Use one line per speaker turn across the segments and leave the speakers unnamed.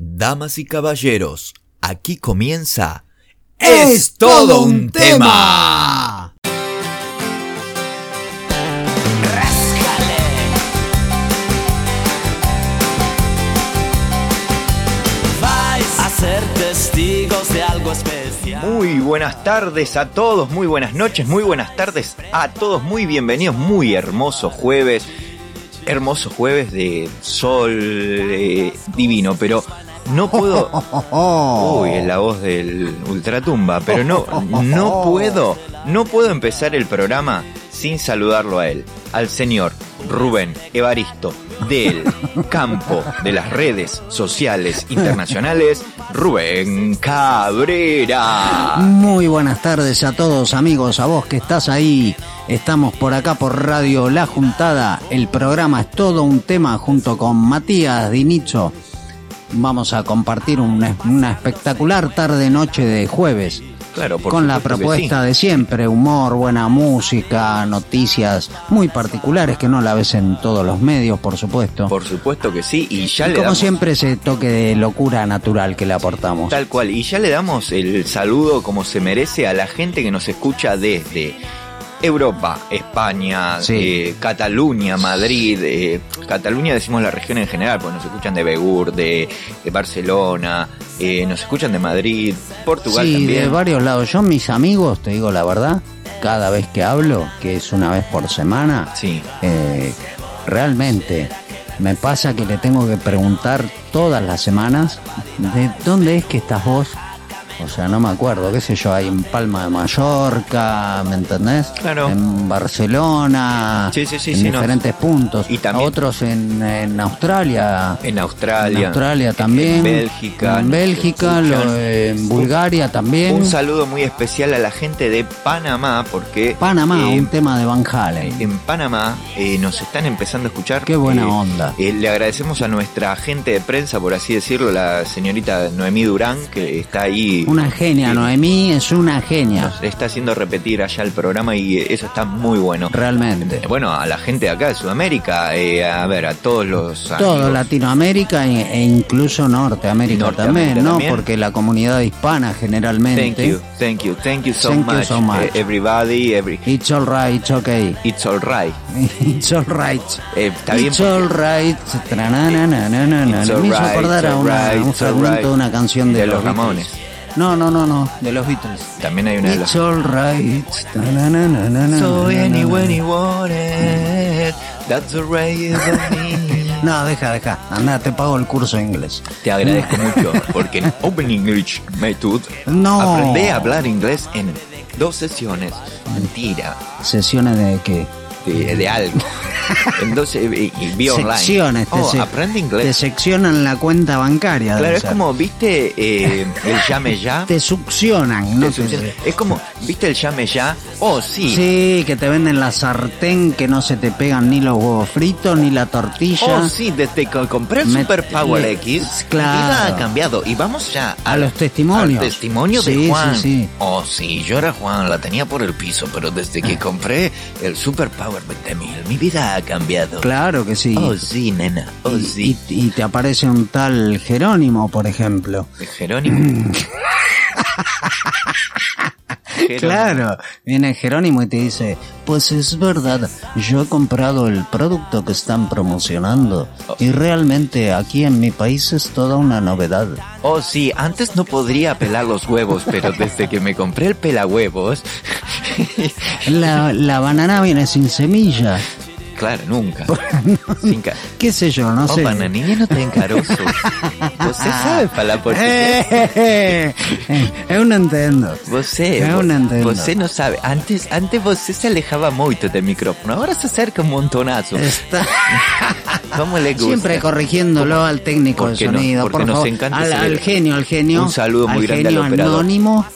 Damas y caballeros, aquí comienza Es todo un tema.
Vais a ser testigos de algo especial.
Muy buenas tardes a todos, muy buenas noches, muy buenas tardes a todos, muy bienvenidos, muy hermoso jueves, hermoso jueves de sol eh, divino, pero no puedo...
Oh,
Uy, es la voz del ultratumba, pero no, no puedo, no puedo empezar el programa sin saludarlo a él, al señor Rubén Evaristo del campo de las redes sociales internacionales, Rubén Cabrera.
Muy buenas tardes a todos amigos, a vos que estás ahí. Estamos por acá por Radio La Juntada. El programa es todo un tema junto con Matías Dinicho. Vamos a compartir una, una espectacular tarde-noche de jueves.
Claro, por
con la
supuesto que
propuesta
sí.
de siempre, humor, buena música, noticias muy particulares que no la ves en todos los medios, por supuesto.
Por supuesto que sí, y ya
y
le
como
damos
siempre ese toque de locura natural que le aportamos.
tal cual, y ya le damos el saludo como se merece a la gente que nos escucha desde Europa, España,
Sí.
eh, Cataluña, Madrid, eh, Cataluña decimos la región en general, porque nos escuchan de Begur, de, de Barcelona, eh, nos escuchan de Madrid, Portugal
sí,
también.
de varios lados. Yo, mis amigos, te digo la verdad, cada vez que hablo, que es una vez por semana,
Sí,
eh, realmente me pasa que le tengo que preguntar todas las semanas de dónde es que estás vos. O sea, no me acuerdo, qué sé yo, hay en Palma de Mallorca, ¿me entendés?
Claro.
En Barcelona,
Sí, sí, sí,
en
sí, no.
diferentes puntos.
Y también-
Otros en, en Australia.
en Australia.
En Australia también.
En Bélgica. nos
En Bélgica,
escuchan.
lo- eh, en Bulgaria también.
Un saludo muy especial a la gente de Panamá, porque
Panamá,
eh,
un tema de Van Halen.
en Panamá eh, nos están empezando a escuchar.
Qué buena
Eh,
onda.
eh, le agradecemos a nuestra gente de prensa, por así decirlo, la señorita Noemí Durán, que está ahí.
Una genia,
eh,
Noemí es una genia,
Nos está haciendo repetir allá el programa y eso está muy bueno.
realmente.
Eh, Bueno, a la gente de acá de Sudamérica, eh, a ver, a todos los.
Todo
amigos.
Latinoamérica e e incluso Norteamérica,
Norteamérica
también, ¿no?
también.
Porque la comunidad hispana
Thank
generalmente.
you, thank you, thank you so
Thank you
much,
so much.
eh, everybody, every.
It's alright, it's okay.
It's alright.
It's alright.
Eh, está bien.
It's alright. Me
It's
hizo
alright,
acordar a
it's
una-
alright,
un
it's
fragmento
alright.
de una canción de,
De los Ramones.
Beatles. No, no, no, no, de los Beatles.
También hay una de las.
It's alright.
So anyone you want it, that's the way you don't need.
No, deja, deja. Anda, te pago el curso de inglés.
Te agradezco mucho porque en Open English Method
No.
aprendí a hablar inglés en dos sesiones. Mentira,
¿Sesiones de qué?
de, de algo. Entonces, y, y vi online.
Secciones.
Oh,
se-
aprende
Te
inglés.
seccionan la cuenta bancaria.
Claro,
debe
es
ser.
como, viste, eh, el llame ya.
Te succionan, ¿no?
Te succiona- Es como, viste el llame ya. Oh, sí.
Sí, que te venden la sartén, que no se te pegan ni los huevos fritos, ni la tortilla.
Oh, sí, desde que compré el
Me-
Super Power
le-
X,
claro.
mi vida ha cambiado. Y vamos ya
A
al-
los testimonios.
al testimonio
Sí,
de
sí,
Juan.
sí.
Oh, sí, yo era Juan, la tenía por el piso, pero desde que compré el Super Power 20000, mi vida ha cambiado.
Claro que sí.
Oh, sí, nena. Oh,
Y-
sí.
y, y te aparece un tal Jerónimo, por ejemplo. Mm.
Jerónimo. Jerónimo.
Claro, viene Jerónimo y te dice, pues es verdad, yo he comprado el producto que están promocionando y realmente aquí en mi país es toda una novedad.
Oh, sí, antes no podría pelar los huevos, pero desde que me compré el pelahuevos.
La, la banana viene sin semilla,
claro, nunca. Sin ca-
qué sé yo, no
Oh,
sé. Ah.
bananilla no te encaroso. Você sabe falar portugués.
Eh, Eu não entendo.
Você,
Eu não entendo.
você não sabe. Antes, antes você se alejava muito do microfone. Agora se acerca um montonazo.
Está
Como le gusta.
Eh. siempre corrigiéndolo al técnico de
Porque no-
sonido,
porque
por
nos
favor.
encanta
Al,
ese-
al genio, al genio.
Un saludo muy
al
grande al
genio
operador.
anónimo.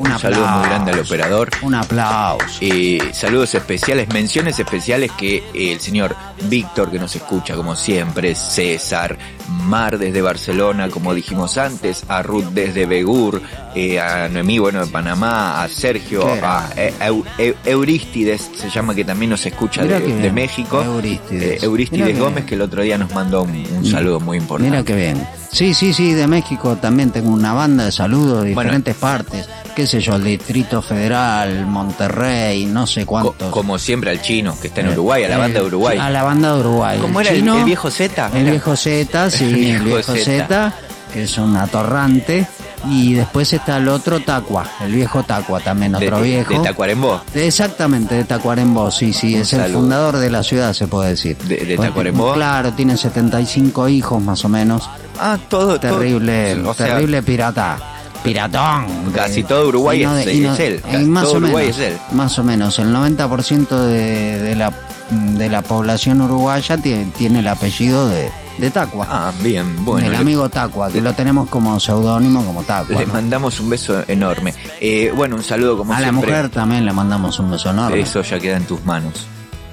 Un
Un saludo muy grande al
aplauso.
operador.
Un aplauso.
Eh, saludos especiales, menciones especiales que eh, el señor Víctor, que nos escucha como siempre, César, Mar desde Barcelona, como dijimos antes, a Ruth desde Begur, eh, a Noemí, bueno, de Panamá, a Sergio,
Qué grande.
a eh, Eu- Eu- Eurístides, se llama que también nos escucha
Mirá
de,
qué
de
bien.
México.
Eurístides.
Eh, Eurístides
Mirá qué
Gómez,
bien.
que el otro día nos mandó un, un saludo muy importante.
Mira qué bien. Sí, sí, sí, de México también tengo una banda de saludos de
Bueno.
diferentes partes. Qué sé yo, el Distrito Federal, Monterrey, no sé
Co-
cuántos.
como siempre al chino, que está en Uruguay, a la
Eh,
banda de Uruguay.
A la banda de Uruguay.
¿Cómo era el-
chino,
el viejo Zeta?
El viejo Z, sí,
El
el
viejo
viejo,
Zeta.
Z, que es un atorrante. Y después está el otro Tacua, el viejo Tacua también,
de,
otro
de-
viejo.
de Tacuarembó.
Exactamente, de Tacuarembó, sí, sí, es el
saludo.
fundador de la ciudad, se puede decir.
De- de
Porque,
Tacuarembó.
Claro, tiene 75 hijos más o menos.
Ah, todo, todo-
Terrible,
o sea,
terrible pirata. Piratón. Eh,
Casi todo Uruguay
Y no
es-
de- y no-
es él,
y
casi
más
todo
o
Uruguay
menos,
es él.
Más o menos, el 90% de, de, la, de la población uruguaya tiene, tiene el apellido de, de Tacua.
Ah, bien, bueno.
del
le-
amigo Tacua, que lo tenemos como seudónimo como Tacua.
Le
¿no?
mandamos un beso enorme. Eh, bueno, un saludo como
A la
siempre.
mujer también le mandamos un beso enorme.
Eso ya queda en tus manos.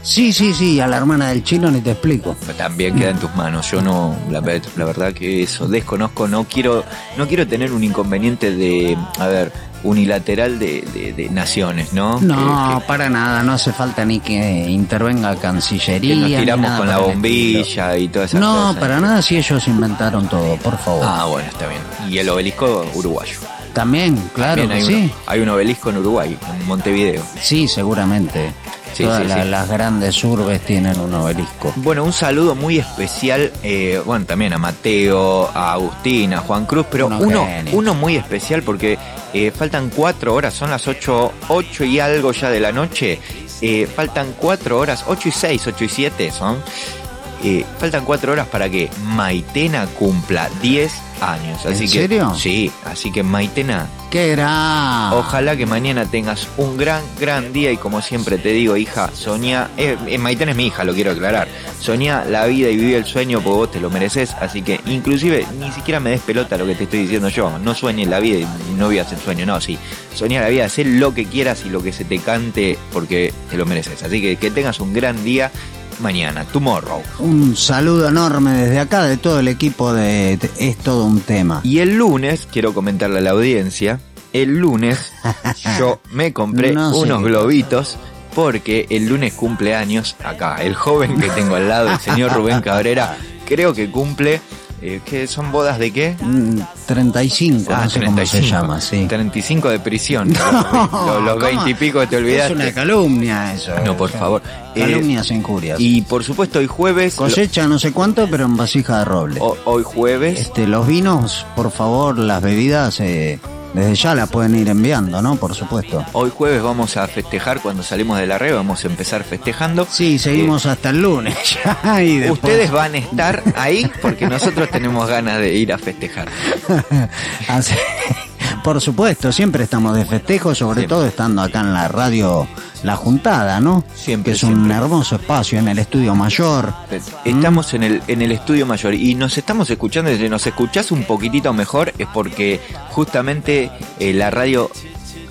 Sí, sí, sí, a la hermana del chino ni te explico.
También queda en tus manos. Yo no, la, ve- la verdad que eso, desconozco, no quiero, no quiero tener un inconveniente de, a ver, unilateral de, de- de naciones, ¿no?
No,
Que-
para nada, no hace falta ni que intervenga
que- que
Cancillería.
nos
ni
tiramos
nada
con la
por el estilo.
bombilla y todas esas
no,
cosas.
para nada si ellos inventaron todo, por favor.
Ah, bueno, está bien. Y el obelisco uruguayo.
También,
Bien,
claro que
hay,
sí.
un, hay un obelisco en Uruguay, en Montevideo.
Sí, seguramente.
Sí,
Todas
sí,
la-
sí.
las grandes urbes tienen un obelisco.
Bueno, un saludo muy especial, eh, bueno, también a Mateo, a Agustín, a Juan Cruz, pero
Unos
uno,
genios.
uno muy especial porque eh, faltan cuatro horas, son las ocho, ocho y algo ya de la noche, eh, faltan cuatro horas, ocho y seis, ocho y siete son, eh, faltan cuatro horas para que Maitena cumpla 10 años. Así
¿En
que,
serio?
Sí, así que Maitena,
¡Qué gran!
Ojalá que mañana tengas un gran, gran día y como siempre te digo, hija, soñá, eh, eh, Maitena es mi hija, lo quiero aclarar, soñá la vida y viví el sueño porque vos te lo mereces, así que inclusive ni siquiera me des pelota lo que te estoy diciendo yo, no sueñes la vida y no vivas el sueño, no, sí, soñá la vida, haz lo que quieras y lo que se te cante porque te lo mereces, así que que tengas un gran día mañana, tomorrow.
Un saludo enorme desde acá, de todo el equipo de de- Es Todo un Tema.
Y el lunes, quiero comentarle a la audiencia, el lunes yo me compré
No sé.
unos globitos porque el lunes cumple años acá. El joven que tengo al lado, el señor Rubén Cabrera, creo que cumple... eh, ¿qué ¿Son bodas de qué?
Mm, 35, Ah, no sé cómo se llama, sí.
35 de prisión. Los- los los
¿cómo?
20 y pico te
Es una
olvidaste.
calumnia eso.
No, por favor. Eh,
Calumnias e injurias.
y por supuesto hoy jueves... lo-
Cosecha no sé cuánto, pero en vasija de roble.
ho- Hoy jueves...
Este, los vinos, por favor, las bebidas, eh, desde ya las pueden ir enviando, ¿no? Por supuesto.
Hoy jueves vamos a festejar cuando salimos de la red, vamos a empezar festejando.
Sí, seguimos hasta el lunes. ya, y después-
Ustedes van a estar ahí porque nosotros tenemos ganas de ir a festejar.
Así- por supuesto, siempre estamos de festejo, sobre
Siempre.
todo estando acá en la radio La Juntada, ¿no?
Siempre,
Que es un
siempre.
hermoso espacio en el estudio mayor.
Estamos en el, en el estudio mayor y nos estamos escuchando. y Si nos escuchás un poquitito mejor es porque justamente eh, la radio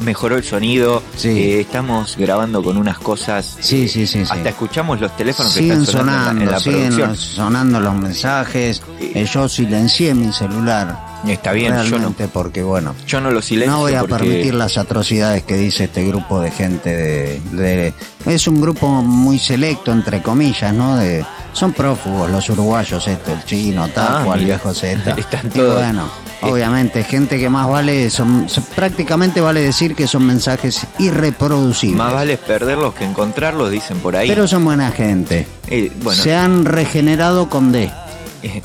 mejoró el sonido.
Sí.
eh, estamos grabando con unas cosas.
Sí, sí, sí, sí.
Hasta escuchamos los teléfonos que
Siguen
están sonando, en la- en
sonando,
la,
siguen
producción.
sonando los mensajes. Eh, yo silencié mi celular.
Está bien, yo no,
realmente porque, bueno,
yo no lo silencio.
no voy a
porque-
permitir las atrocidades que dice este grupo de gente de, de- es un grupo muy selecto entre comillas no de son prófugos los uruguayos este el chino Taco el
mirá.
viejo Z
Ah, Están
y
todos-
bueno obviamente gente que más vale son, son- prácticamente vale decir que son mensajes irreproducibles
Más vale perderlos que encontrarlos, dicen por ahí.
pero son buena gente
Eh, bueno,
se han regenerado con D
eh, eh,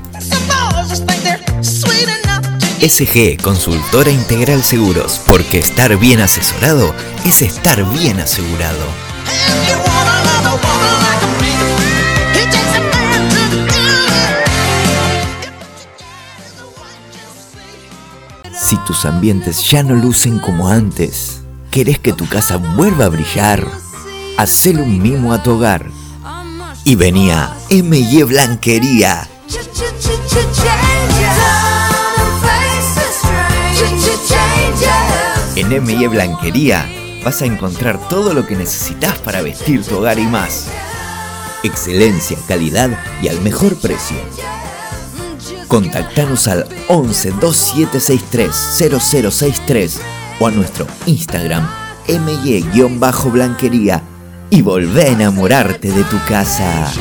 SG Consultora Integral Seguros, porque estar bien asesorado es estar bien asegurado. Si tus ambientes ya no lucen como antes, ¿querés que tu casa vuelva a brillar? Hacele un mimo a tu hogar. Y venía M&E E Blanquería. En ME Blanquería vas a encontrar todo lo que necesitas para vestir tu hogar y más. Excelencia, calidad y al mejor precio. Contactanos al 11 2763 0063 o a nuestro Instagram ME-Blanquería y volvé a enamorarte de tu casa.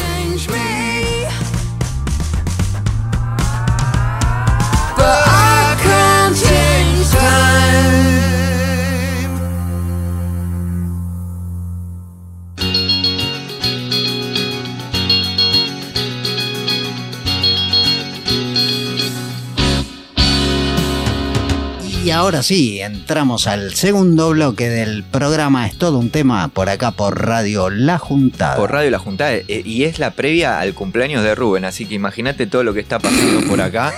Y ahora sí, entramos al segundo bloque del programa. Es todo un tema por acá por Radio La Juntada.
Por Radio La Juntada, eh, y es la previa al cumpleaños de Rubén, así que imagínate todo lo que está pasando por acá,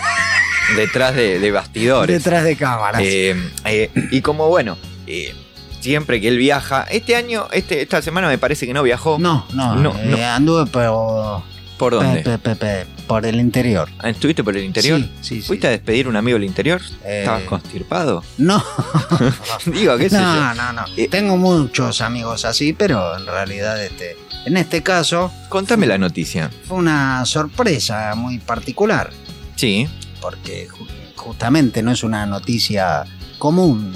detrás de, de bastidores.
Detrás de cámaras.
Eh, eh, y como bueno, eh, siempre que él viaja, este año, este, esta semana me parece que no viajó.
no, no,
no,
eh,
no.
anduve pero...
¿Por dónde?
pe- pe- pe- por el interior.
Ah, ¿Estuviste por el interior?
Sí, sí, sí.
¿Fuiste a despedir a un amigo del interior?
Eh.
¿Estabas constipado?
No,
Digo, qué sé
no, no, no.
Eh,
Tengo muchos amigos así, pero en realidad este, en este caso
yo. Contame la noticia.
fue una sorpresa muy particular,
Sí.
porque ju- justamente no es una noticia común,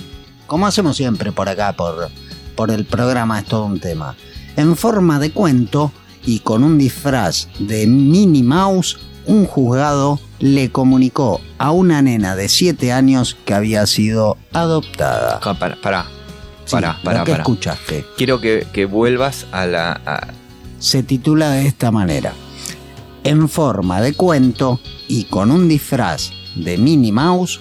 como hacemos siempre por acá, por, por el programa es todo un tema. En forma de cuento y con un disfraz de Minnie Mouse, un juzgado le comunicó a una nena de 7 años que había sido adoptada.
Acá, Pará, pará.
Sí,
Pará,
lo
pará,
que
pará.
escuchaste.
Quiero que, que vuelvas a la. a-
se titula de esta manera. En forma de cuento y con un disfraz de Minnie Mouse,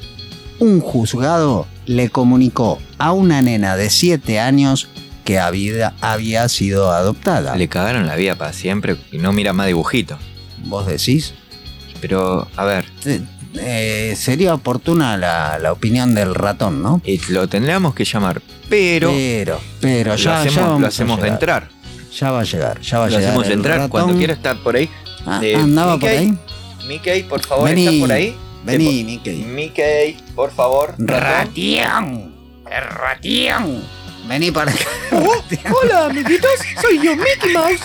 un juzgado le comunicó a una nena de 7 años que había, había sido adoptada.
le cagaron la vida para siempre y no mira más dibujitos.
¿Vos decís?
Pero, a ver,
Eh, eh, sería oportuna la, la opinión del ratón, ¿no?
eh, lo tendríamos que llamar, pero,
pero, pero
lo
ya, ya
hacemos,
vamos
lo
a
hacemos
llegar.
entrar.
Ya va a llegar, ya va a
Lo
llegar.
hacemos
el
entrar
ratón.
cuando quiera estar por ahí.
Ah,
Eh,
andaba por
Mickey,
ahí.
Mickey, por favor,
Vení,
¿estás por ahí?
Vení,
Te-
Mickey.
Mickey, por favor. ratón.
Ratión, ratión. Vení para acá.
Oh, Hola, amiguitos, soy yo, Mickey Mouse.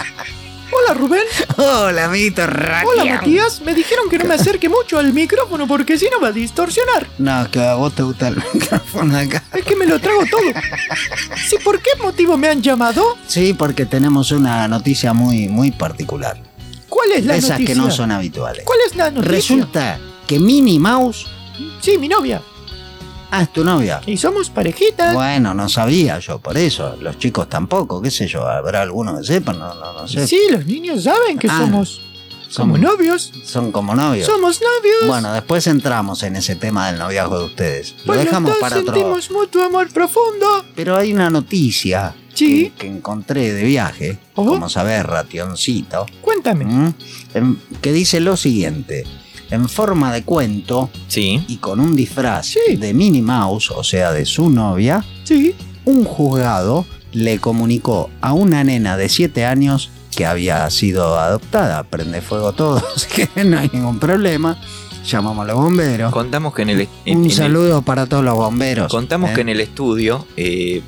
Hola, Rubén.
Hola, amiguito, ratión.
Hola, Matías. Me dijeron que no me acerque mucho al micrófono porque si no va a distorsionar.
No, que a vos te gusta el micrófono acá.
Es que me lo trago todo. Sí, ¿por qué motivo me han llamado?
Sí, porque tenemos una noticia muy, muy particular.
¿Cuál es la
De esas
noticia?
que no son habituales.
¿Cuál es la noticia?
Resulta que Minnie Mouse,
Sí, mi novia.
ah, es tu novia.
Y somos parejitas.
Bueno, no sabía yo, por eso. Los chicos tampoco, qué sé yo. Habrá algunos que sepan, no, no, no sé.
Sí, los niños saben que
Ah,
somos como
Son-
novios.
Son como novios.
Somos novios.
Bueno, después entramos en ese tema del noviazgo de ustedes. Lo
Por lo
dejamos
tanto,
para otro.
sentimos mutuo amor profundo.
Pero hay una noticia
Sí.
que, que encontré de viaje,
Ojo.
como saber, rationcito,
Cuéntame.
¿m? En- que dice lo siguiente. En forma de cuento
Sí.
y con un disfraz
Sí.
de Minnie Mouse, o sea, de su novia,
Sí.
un juzgado le comunicó a una nena de 7 años que había sido adoptada. Prende fuego todos, que no hay ningún problema. Llamamos a los bomberos.
Contamos que en el. en- en
un
el-
saludo para todos los bomberos.
contamos
¿eh?
que en el estudio eh,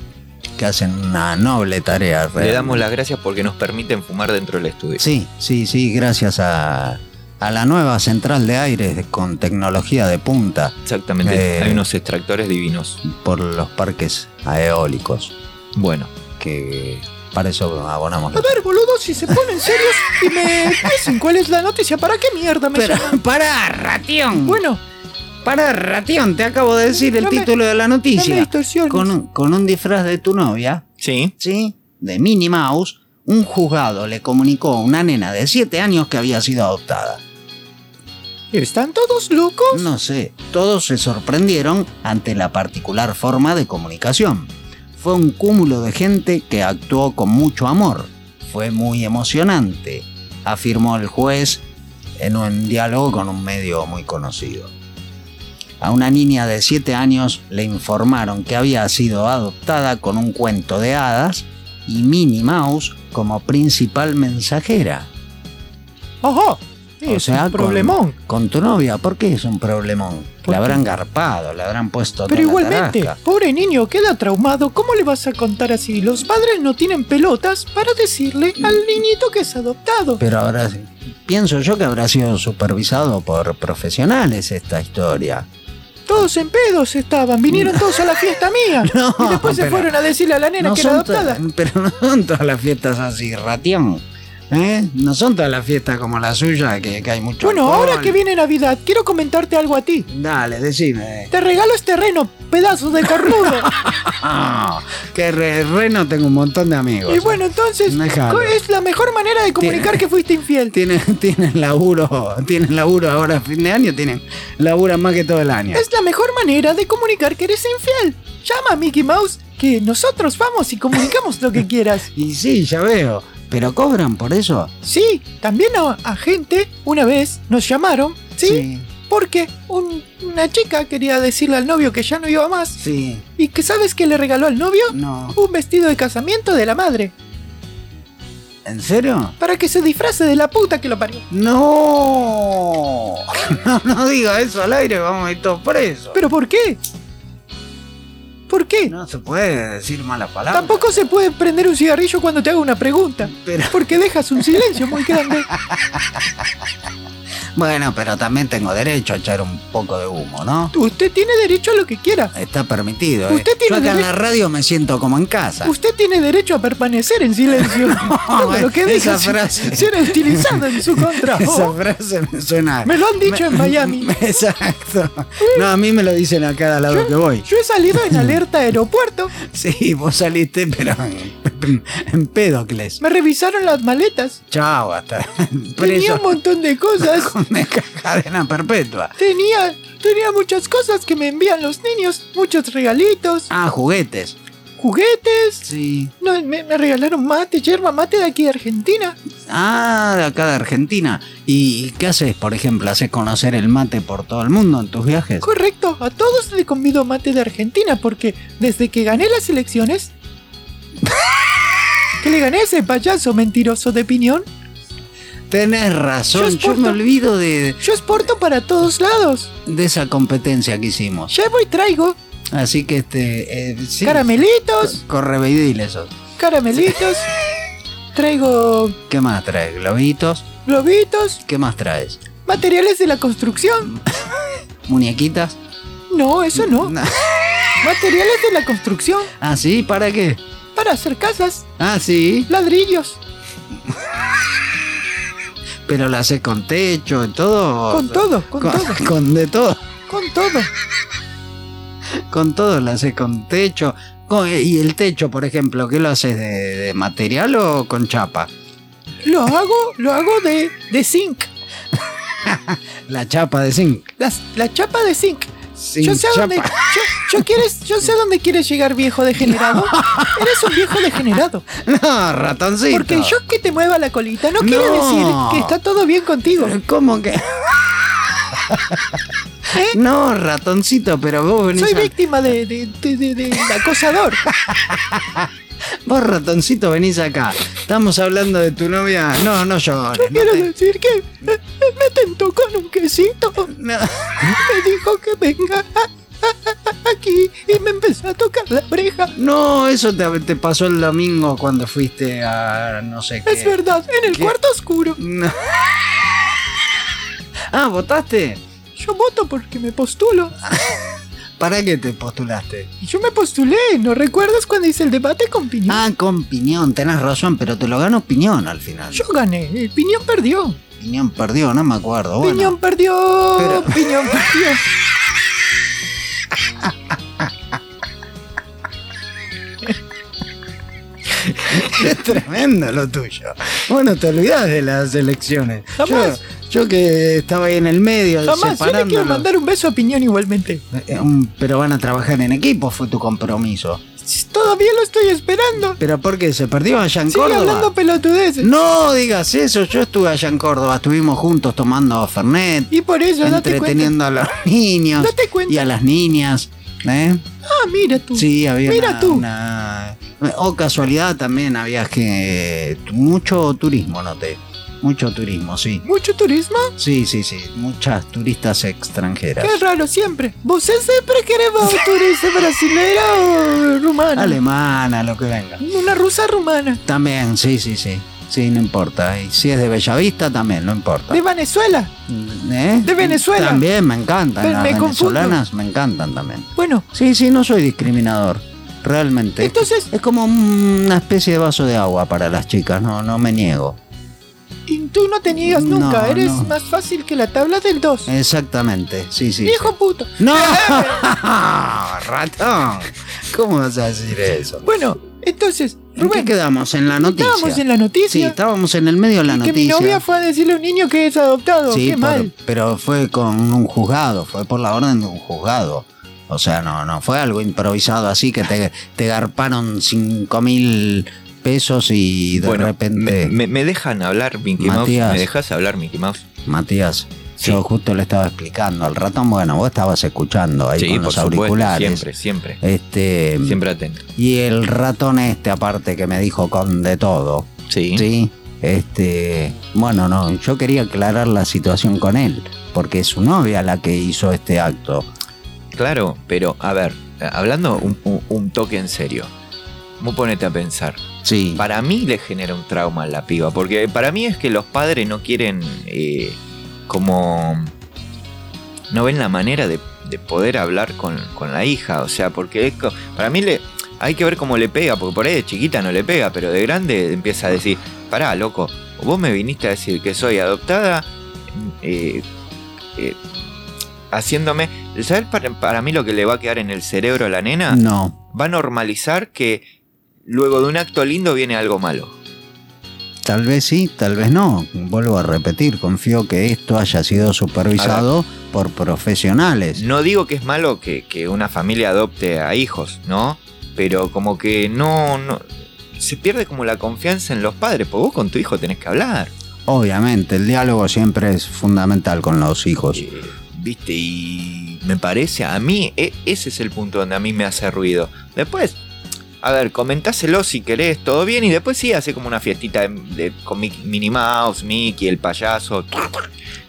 que hacen una noble tarea.
le
realmente.
damos las gracias porque nos permiten fumar dentro del estudio.
Sí, sí, sí, gracias a, a la nueva central de aire con tecnología de punta
Exactamente.
Eh.
Hay unos extractores divinos.
por los parques eólicos,
Bueno.
que para eso abonamos.
A ver, boludo, si se ponen serios y me dicen cuál es la noticia, ¿para qué mierda me
Pero, mm,
llaman?
pará, ratión.
Bueno,
pará, ratión, te acabo de decir el
No me-
título de la
no me
noticia.
distorsiones.
Con un, con un disfraz de tu novia,
Sí.
¿sí? De Minnie Mouse, un juzgado le comunicó a una nena de 7 años que había sido adoptada.
¿Están todos locos?
No sé, todos se sorprendieron ante la particular forma de comunicación. Fue un cúmulo de gente que actuó con mucho amor. Fue muy emocionante, afirmó el juez en un diálogo con un medio muy conocido. A una niña de 7 años le informaron que había sido adoptada con un cuento de hadas y Minnie Mouse como principal mensajera.
Ojo,
O
es
sea,
un problemón.
Con, con tu novia, ¿por qué es un problemón?
¿Por
La
qué?
habrán garpado, la habrán puesto. toda
Pero
la
igualmente,
tarasca.
pobre niño queda traumado. ¿Cómo le vas a contar así? Los padres no tienen pelotas para decirle al niñito que es adoptado.
Pero habrá. Pienso yo que habrá sido supervisado por profesionales esta historia.
Todos en pedos estaban, vinieron todos a la fiesta mía.
No,
y después se
pero-
fueron a decirle a la nena
No
que era
son to-
adoptada.
pero no son todas las fiestas así, ratión. ¿eh? No son todas las fiestas como la suya, que, que hay mucho.
Bueno,
alcohol.
ahora que viene Navidad, quiero comentarte algo a ti.
Dale, decime.
Te regalo este reno, pedazo de cornudo.
Ah, que re- reno tengo un montón de amigos.
y bueno, entonces,
Déjalo.
es la mejor manera de comunicar que fuiste infiel.
¿eh? Tienen, tienen laburo, tienen laburo ahora a fin de año, tienen labura más que todo el año.
Es la mejor manera de comunicar que eres infiel. Llama a Mickey Mouse, que nosotros vamos y comunicamos lo que quieras.
Y sí, ya veo. Pero cobran por eso.
Sí, también a, a gente, una vez, nos llamaron, ¿sí? Porque un- una chica quería decirle al novio que ya no iba
Sí,
más.
sí,
¿Y que sabes que le regaló al novio?
no.
Un vestido de casamiento de la madre,
¿En serio?
para que se disfrace de la puta que lo parió.
No. No, no diga eso al aire, vamos a ir todos presos.
¿Pero por qué? ¿Por qué?
No se puede decir malas palabras.
Tampoco se puede prender un cigarrillo cuando te hago una pregunta.
Pero-
Porque dejas un silencio muy grande.
Bueno, pero también tengo derecho a echar un poco de humo, ¿no?
Usted tiene derecho a lo que quiera.
Está permitido. ¿eh?
Usted tiene
Yo acá en
derecho-
la radio me siento como en casa.
Usted tiene derecho a permanecer en silencio. Todo lo que
esa
diga se-
frase.
será utilizado en su contra.
Esa
Oh,
frase me suena.
Me lo han dicho en Miami.
Exacto. No, a mí me lo dicen a cada lado que voy.
Yo he salido en alerta aeropuerto.
Sí, vos saliste, pero en, en Pedocles.
Me revisaron las maletas.
Chao, hasta
Tenía
preso
un montón de cosas.
con cadena perpetua.
Tenía, tenía muchas cosas que me envían los niños. Muchos regalitos,
Ah, juguetes.
juguetes.
Sí.
No, me, me regalaron mate, yerba mate de aquí de Argentina.
Ah, de acá de Argentina. ¿Y qué haces, por ejemplo? ¿Haces conocer el mate por todo el mundo en tus viajes?
Correcto, a todos le convido mate de Argentina porque desde que gané las elecciones... que le gané a ese payaso mentiroso de piñón.
Tenés
Yo
razón, yo
exporto-
me olvido de,
Yo exporto para todos lados.
de esa competencia que hicimos.
Llevo y traigo
Así que este. eh, sí,
caramelitos,
Correveidil eso.
caramelitos. Traigo
¿Qué más traes? ¿Globitos?
globitos,
¿Qué más traes?
materiales de la construcción.
¿Muñequitas?
No, eso no.
No.
Materiales de la construcción
¿Ah, sí? ¿Para qué?
para hacer casas,
Ah, sí.
ladrillos,
Pero la haces con techo, y todo.
Con todo, con todo.
Con de todo.
con todo.
Con todo la haces con techo. Con- y el techo, por ejemplo, ¿qué lo haces de, de material o con chapa?
Lo hago, lo hago de, de zinc.
La chapa de zinc.
Las- la chapa de zinc.
Zinc
yo sé a
chapa.
dónde. Yo, yo quieres, yo sé a dónde quieres llegar, viejo degenerado. Eres un viejo degenerado.
No, ratoncito.
Porque yo que te mueva la colita no, quiere
No.
decir que está todo bien contigo.
¿Cómo que?
¿Eh?
No, ratoncito, pero vos venís.
Soy
a-
víctima de, de, de- de- de acosador.
Vos, ratoncito, venís acá. Estamos hablando de tu novia. No, no llores. no
Quiero
te-
decir que eh, eh, me tentó con un quesito.
no.
Me dijo que venga a- a- a- aquí y me empezó a tocar la oreja.
No, eso te, te pasó el domingo cuando fuiste a no sé qué.
Es verdad, en el
¿Qué?
cuarto oscuro.
No. Ah, ¿votaste?
Yo voto porque me postulo.
¿Para qué te postulaste?
Y yo me postulé, ¿no recuerdas cuando hice el debate con Piñón?
Ah, con Piñón, tenés razón, pero te lo ganó Piñón al final.
Yo gané, y Piñón perdió.
Piñón perdió, no me acuerdo. Ah, Bueno,
Piñón perdió,
Pero-
Piñón perdió.
es tremendo lo tuyo. Bueno, te olvidás de las elecciones.
Jamás.
Yo, yo que estaba ahí en el medio,
Jamás, yo le quiero
separándolo.
mandar un beso a Piñón igualmente.
Eh, un- Pero van a trabajar en equipo, fue tu compromiso.
Todavía lo estoy esperando.
¿Pero por qué? ¿Se perdió allá en
Sigue
Córdoba?
hablando pelotudeces.
No digas eso, yo estuve allá en Córdoba, estuvimos juntos tomando Fernet,
Y por eso, date cuenta.
entreteniendo a los niños
Date cuenta.
y a las niñas. ¿eh?
Ah, mira tú.
Sí, había
Mira
una,
tú.
una- O casualidad también había que... Mucho turismo, noté. Mucho turismo, sí.
Mucho turismo,
Sí, sí, sí. Muchas turistas extranjeras.
qué raro siempre. Vos siempre queremos turista brasilera o rumana.
Alemana, lo que venga.
Una rusa rumana.
También, sí, sí, sí. Sí, no importa. Y si es de Bellavista, también, no importa.
De Venezuela.
¿Eh?
de Venezuela.
También me encantan.
Pero
Las
me confundo.
venezolanas me encantan también.
Bueno,
Sí, sí, no soy discriminador. Realmente.
Entonces-
Es como una especie de vaso de agua para las chicas, no, no me niego.
tú no te niegas nunca.
No,
Eres
no.
más fácil que la tabla del 2.
Exactamente, sí, sí.
Viejo
sí.
puto.
¡No! ¡Ratón! ¿Cómo vas a decir eso?
Bueno, entonces,
¿En qué
Rubén,
quedamos? En la noticia.
estábamos en la noticia.
Sí, estábamos en el medio de la
que
noticia.
mi novia fue a decirle a un niño que es adoptado.
Sí,
Qué
por-
mal.
pero fue con un juzgado, fue por la orden de un juzgado. O sea, no, no fue algo improvisado así que te, te garparon cinco mil pesos y de
bueno, me,
repente.
me- me dejan hablar Mickey
Matías.
Mouse. ¿Me dejas hablar Mickey Mouse?
Matías,
Sí.
yo justo le estaba explicando al ratón, bueno, vos estabas escuchando ahí con los auriculares.
siempre, siempre.
Este,
Siempre atento.
Y el ratón este, aparte que me dijo con de todo.
Sí.
Sí, este, bueno, no, yo quería aclarar la situación con él, porque es su novia la que hizo este acto.
Claro, pero a ver, hablando un, un- un toque en serio. Vos ponete a pensar.
Sí,
Para mí le genera un trauma a la piba, porque para mí es que los padres no quieren eh, como... No ven la manera de, de poder hablar con, con la hija, o sea, porque es co- para mí le, hay que ver cómo le pega, porque por ahí de chiquita no le pega, pero de grande empieza a decir, pará, loco, vos me viniste a decir que soy adoptada, eh, eh, haciéndome... ¿Sabes para, para mí lo que le va a quedar en el cerebro a la nena?
no,
va a normalizar que luego de un acto lindo viene algo malo.
tal vez sí, tal vez no. Vuelvo a repetir, confío que esto haya sido supervisado por profesionales.
No digo que es malo que, que una familia adopte a hijos, ¿no? Pero como que no, no- Se pierde como la confianza en los padres, porque vos con tu hijo tenés que hablar.
Obviamente, el diálogo siempre es fundamental con los hijos.
Eh, ¿Viste? Y me parece, a mí, e- ese es el punto donde a mí me hace ruido. Después, a ver, comentáselo si querés, todo bien, y después sí, hace como una fiestita de- de- con Mickey- Minnie Mouse, Mickey, el payaso,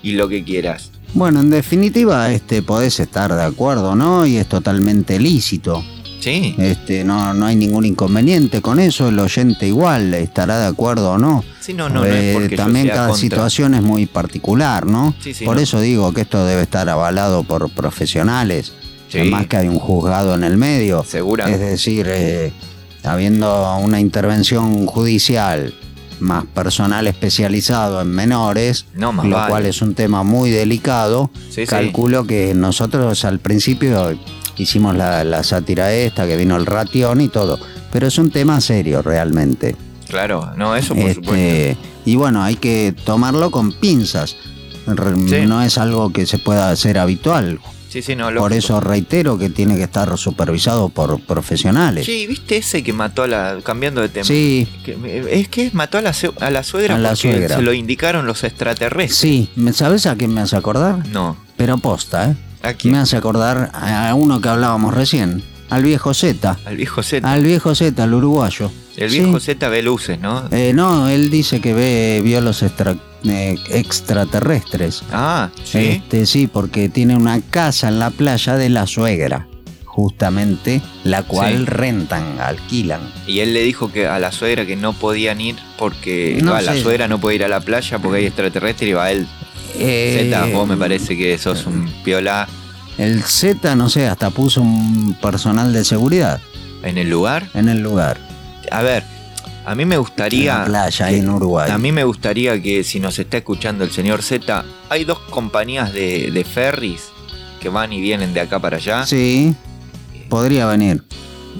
y lo que quieras.
Bueno, en definitiva, este podés estar de acuerdo, ¿no? Y es totalmente lícito.
Sí.
Este, no, no hay ningún inconveniente con eso, el oyente igual estará de acuerdo o no.
Sí, no, no, no es
Eh,
porque yo
también
sea
cada
contra.
situación es muy particular, ¿no?
Sí, sí,
por
no.
eso digo que esto debe estar avalado por profesionales,
Sí.
además que hay un juzgado en el medio.
Segura.
Es decir, eh, habiendo una intervención judicial más personal especializado en menores,
No, más
lo
vale.
cual es un tema muy delicado,
Sí, sí.
calculo que nosotros al principio hicimos la, la sátira esta, que vino el ratión y todo, pero es un tema serio realmente.
Claro, no, eso por
Este,
supuesto.
y bueno, hay que tomarlo con pinzas. Re-
Sí.
No es algo que se pueda hacer habitual.
Sí, sí, no,
Por
lógico.
eso reitero que tiene que estar supervisado por profesionales.
Sí, ¿viste ese que mató a la. cambiando de tema?
Sí,
Que- es que mató a la, se- a la suegra
A la
porque
suegra.
se lo indicaron los extraterrestres.
sí. ¿Me- ¿Sabes a quién me hace acordar?
No.
Pero posta, ¿eh?
¿A quién?
Me hace acordar a a uno que hablábamos recién, al viejo Z.
Al viejo Z.
Al viejo Z, al uruguayo.
El
Ah, Sí.
viejo Z ve luces, ¿no?
Eh, no, él dice que ve, vio los extra- eh, extraterrestres.
Ah, sí.
Este, sí, porque tiene una casa en la playa de la suegra, justamente la cual
Sí.
rentan, alquilan.
Y él le dijo que a la suegra que no podían ir porque
No
va, la
sé.
suegra no puede ir a la playa porque hay extraterrestre y va él.
Eh,
Z, vos me parece que sos un piola
El Z, no sé, hasta puso un personal de seguridad
en el lugar.
en el lugar,
A ver, a mí me gustaría.
en la playa, ahí en Uruguay.
A mí me gustaría que si nos está escuchando el señor Z, hay dos compañías de, de ferries que van y vienen de acá para allá.
Sí, podría venir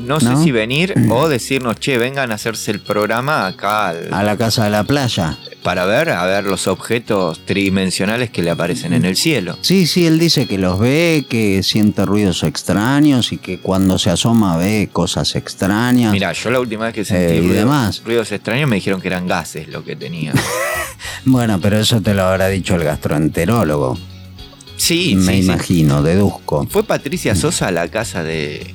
No sé
¿No? Mm.
si venir o decirnos, che, vengan a hacerse el programa acá al-
a la casa de la playa.
para ver, a ver los objetos tridimensionales que le aparecen
Mm.
en el cielo.
Sí, sí, él dice que los ve, que siente ruidos extraños y que cuando se asoma ve cosas extrañas.
Mira, yo la última vez que sentí
Ah. Eh, y
ruido-
demás.
ruidos extraños me dijeron que eran gases lo que tenía.
Bueno, pero eso te lo habrá dicho el gastroenterólogo.
Sí,
me
sí, sí.
imagino, deduzco.
¿Fue Patricia Sosa a la casa de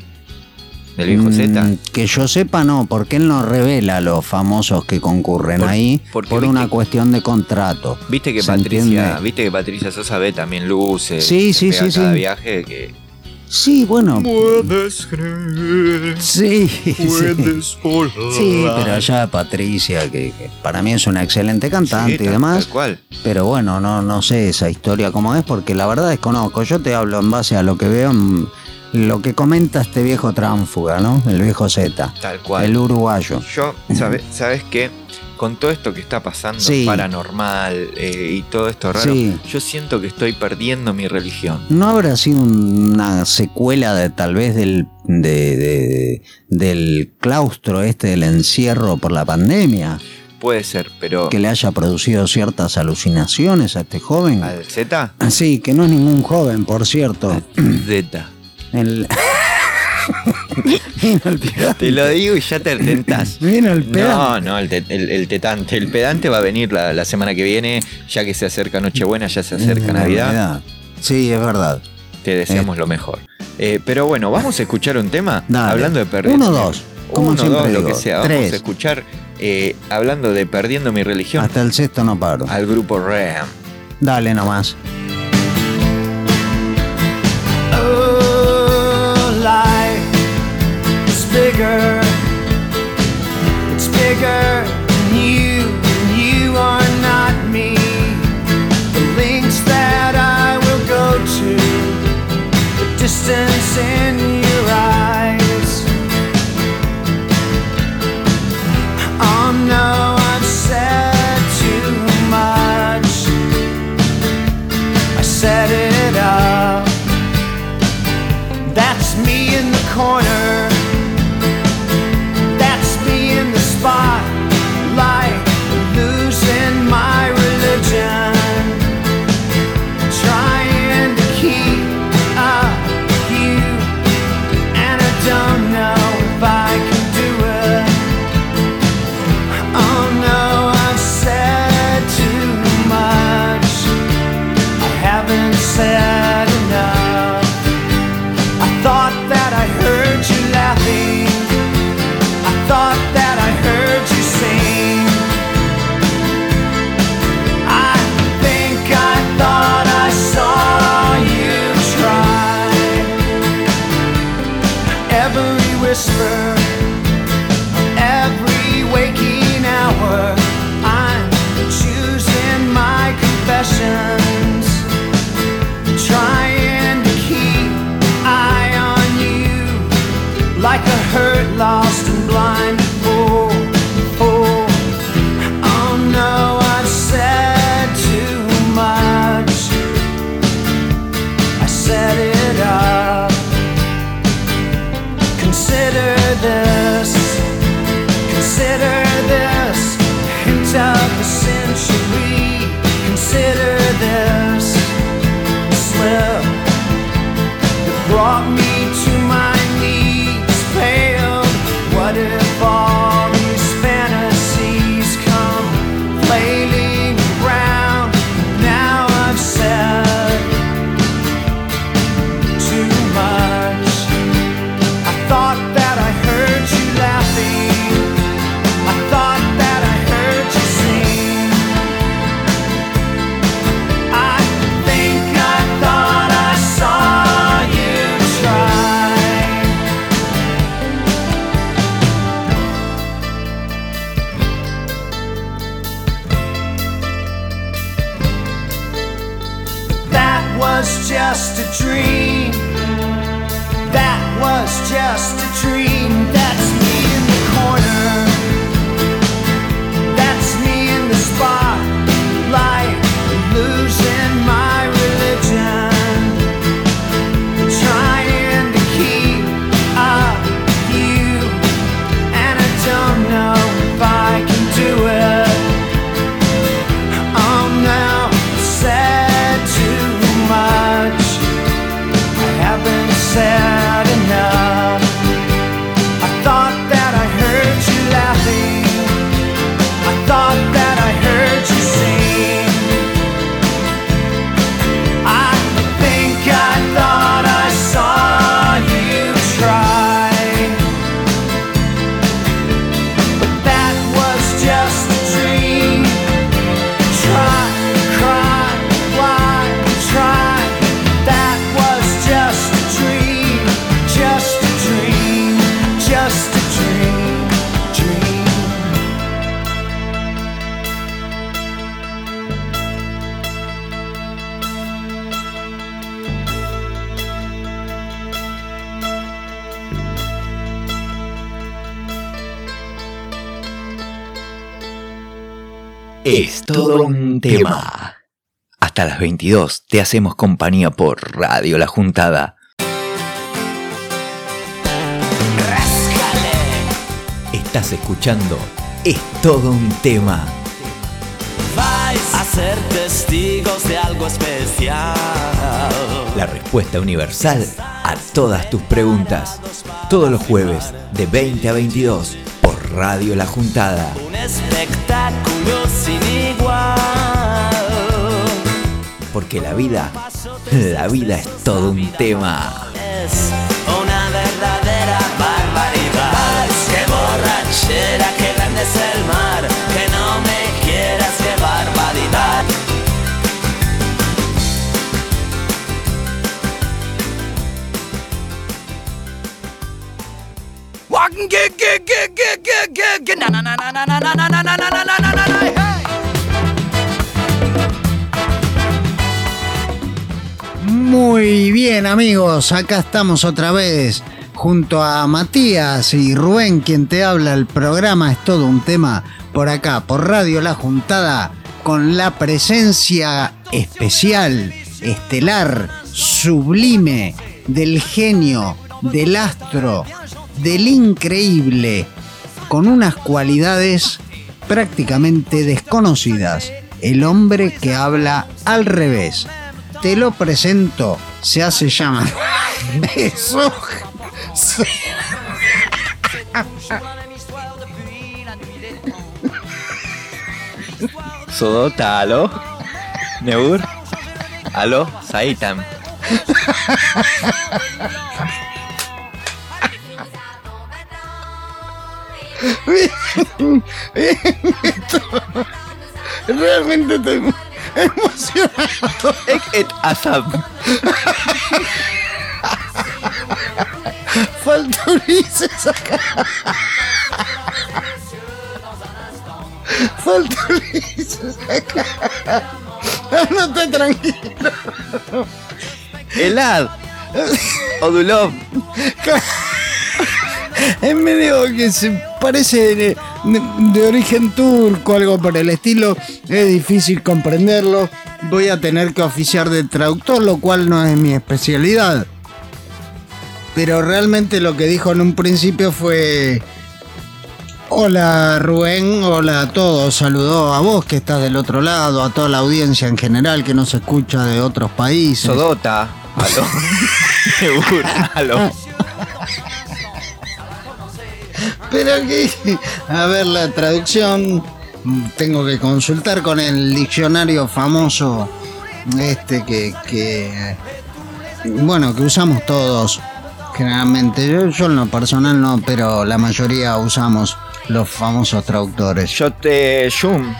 del viejo
Mm,
Z?
Que yo sepa, no, porque él no revela a los famosos que concurren
Por-
ahí
porque
por
viste
una
que-
cuestión de contrato.
Viste que
¿Se
Patricia,
entiende?
viste que Patricia Sosa ve también luces.
Sí, sí,
se pega
sí,
cada
sí.
viaje que
Sí, bueno.
Puedes creer,
Sí, sí.
puedes volar.
Sí, pero allá Patricia, que, que para mí es una excelente cantante
Sí,
y
tal-
demás,
Tal cual.
pero bueno, no, no sé esa historia cómo es, porque la verdad desconozco. Yo te hablo en base a lo que veo, en lo que comenta este viejo tránfuga, ¿no? El viejo Z,
Tal cual.
el uruguayo.
Yo, ¿sabes, ¿sabes qué? con todo esto que está pasando
Sí.
paranormal eh, y todo esto raro,
Sí.
yo siento que estoy perdiendo mi religión.
¿No habrá sido una secuela de tal vez del, de- de- del claustro este del encierro por la pandemia
Puede ser, pero
que le haya producido ciertas alucinaciones a este joven?
al Z,
Sí, que no es ningún joven, por cierto.
Z.
El... vino el pedante.
Te lo digo y ya te tentás.
Vino el pedante.
No, no, el, te- el- el tetante. El pedante va a venir la, la semana que viene, ya que se acerca Nochebuena, ya se acerca Navidad.
Sí, es verdad.
Te deseamos lo mejor. Eh, pero bueno, vamos a escuchar un tema
Dale.
hablando de perder.
Uno, dos. Como
Uno,
siempre
dos, lo
digo.
que sea. Vamos
Tres.
a escuchar eh, hablando de perdiendo mi religión
Hasta el sexto no paro.
al grupo Ram.
Dale nomás.
Oh, life is bigger. It's bigger than you, and you are not me. The links that I will go to, the distance in your eyes. Oh no, I've said too much. I set it up. That's me in the corner. That's me in the spotlight, losing my religion. Trying to keep up with you, and I don't know if I can do it. Oh no, I've said too much. I haven't said enough. I thought that I heard you laughing. I thought that I heard you sing. I think I thought I saw you try. Every whisper, every waking hour, I'm choosing my confessions trying to keep eye on you like a hurt, lost, and blind fool. fool. Oh no, I've said too much. I set it up. Consider this. Consider this. Hint of the century. Consider this slip that brought me to my knees failed. What if all these fantasies come flailing around? Now I've said too much. I thought that I heard you laughing. I thought that I heard you sing. I think I thought I saw you try. That was just a dream. That was just a dream. That's me in the corner. That's me in the spotlight. Losing my religion. Trying to keep up with you. And I don't know if I can do it. I'm now said too much. I haven't said enough. I
Es todo un tema.
Hasta las 22 te hacemos compañía por Radio La Juntada.
Estás escuchando Es todo un tema.
Vais a ser testigos de algo especial.
La respuesta universal a todas tus preguntas. Todos los jueves de 20 a 22 por Radio La Juntada.
Un espectáculo sin igual.
Porque la vida, la vida es todo un tema.
Es una verdadera barbaridad. Qué borrachera, qué grande es el mar. Que no me quieras, qué barbaridad.
Muy bien amigos, acá estamos otra vez junto a Matías y Rubén quien te habla. El programa es todo un tema por acá, por Radio La Juntada, con la presencia especial, estelar, sublime del genio, del astro, del increíble, con unas cualidades prácticamente desconocidas. El hombre que habla al revés. Te lo presento, se hace llamar. Eso.
Sodota, aló. Nebur. Aló, Saitam.
Realmente estoy emocionado.
Ek et asam.
Falta Ulises acá. Falta Ulises acá. No está tranquilo.
Elad. Odulov.
Es medio que se parece de, de origen turco, algo por el estilo. Es difícil comprenderlo. Voy a tener que oficiar de traductor, lo cual no es mi especialidad. Pero realmente lo que dijo en un principio fue... Hola Rubén, hola a todos, saludó a vos que estás del otro lado, a toda la audiencia en general que nos escucha de otros países.
Sodota. Aló. Nebur. Aló.
Pero aquí, a ver la traducción, tengo que consultar con el diccionario famoso, este que, que, bueno, que usamos todos, generalmente, yo, yo en lo personal no, pero la mayoría usamos los famosos traductores.
Yo te shum.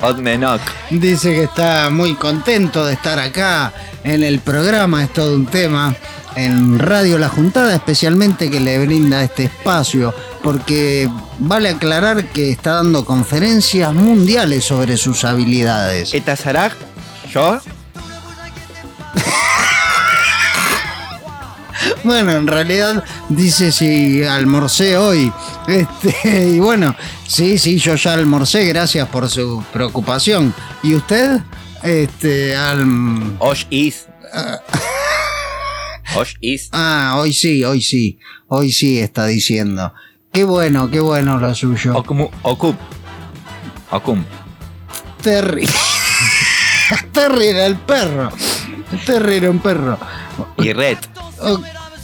Odmenok.
Dice que está muy contento de estar acá en el programa, es todo un tema, en Radio La Juntada especialmente que le brinda este espacio, porque vale aclarar que está dando conferencias mundiales sobre sus habilidades.
Etasarak. Yo.
Bueno, en realidad dice si almorcé hoy. Este, y bueno, sí, sí, yo ya almorcé, gracias por su preocupación. ¿Y usted? Este, al...
Osh is. Osh is.
Ah, hoy sí, hoy sí, hoy sí está diciendo. Qué bueno, qué bueno lo suyo.
Okumu. Okum. Okum.
Terry. Terry era el perro. Terry era un perro.
Y red.
O-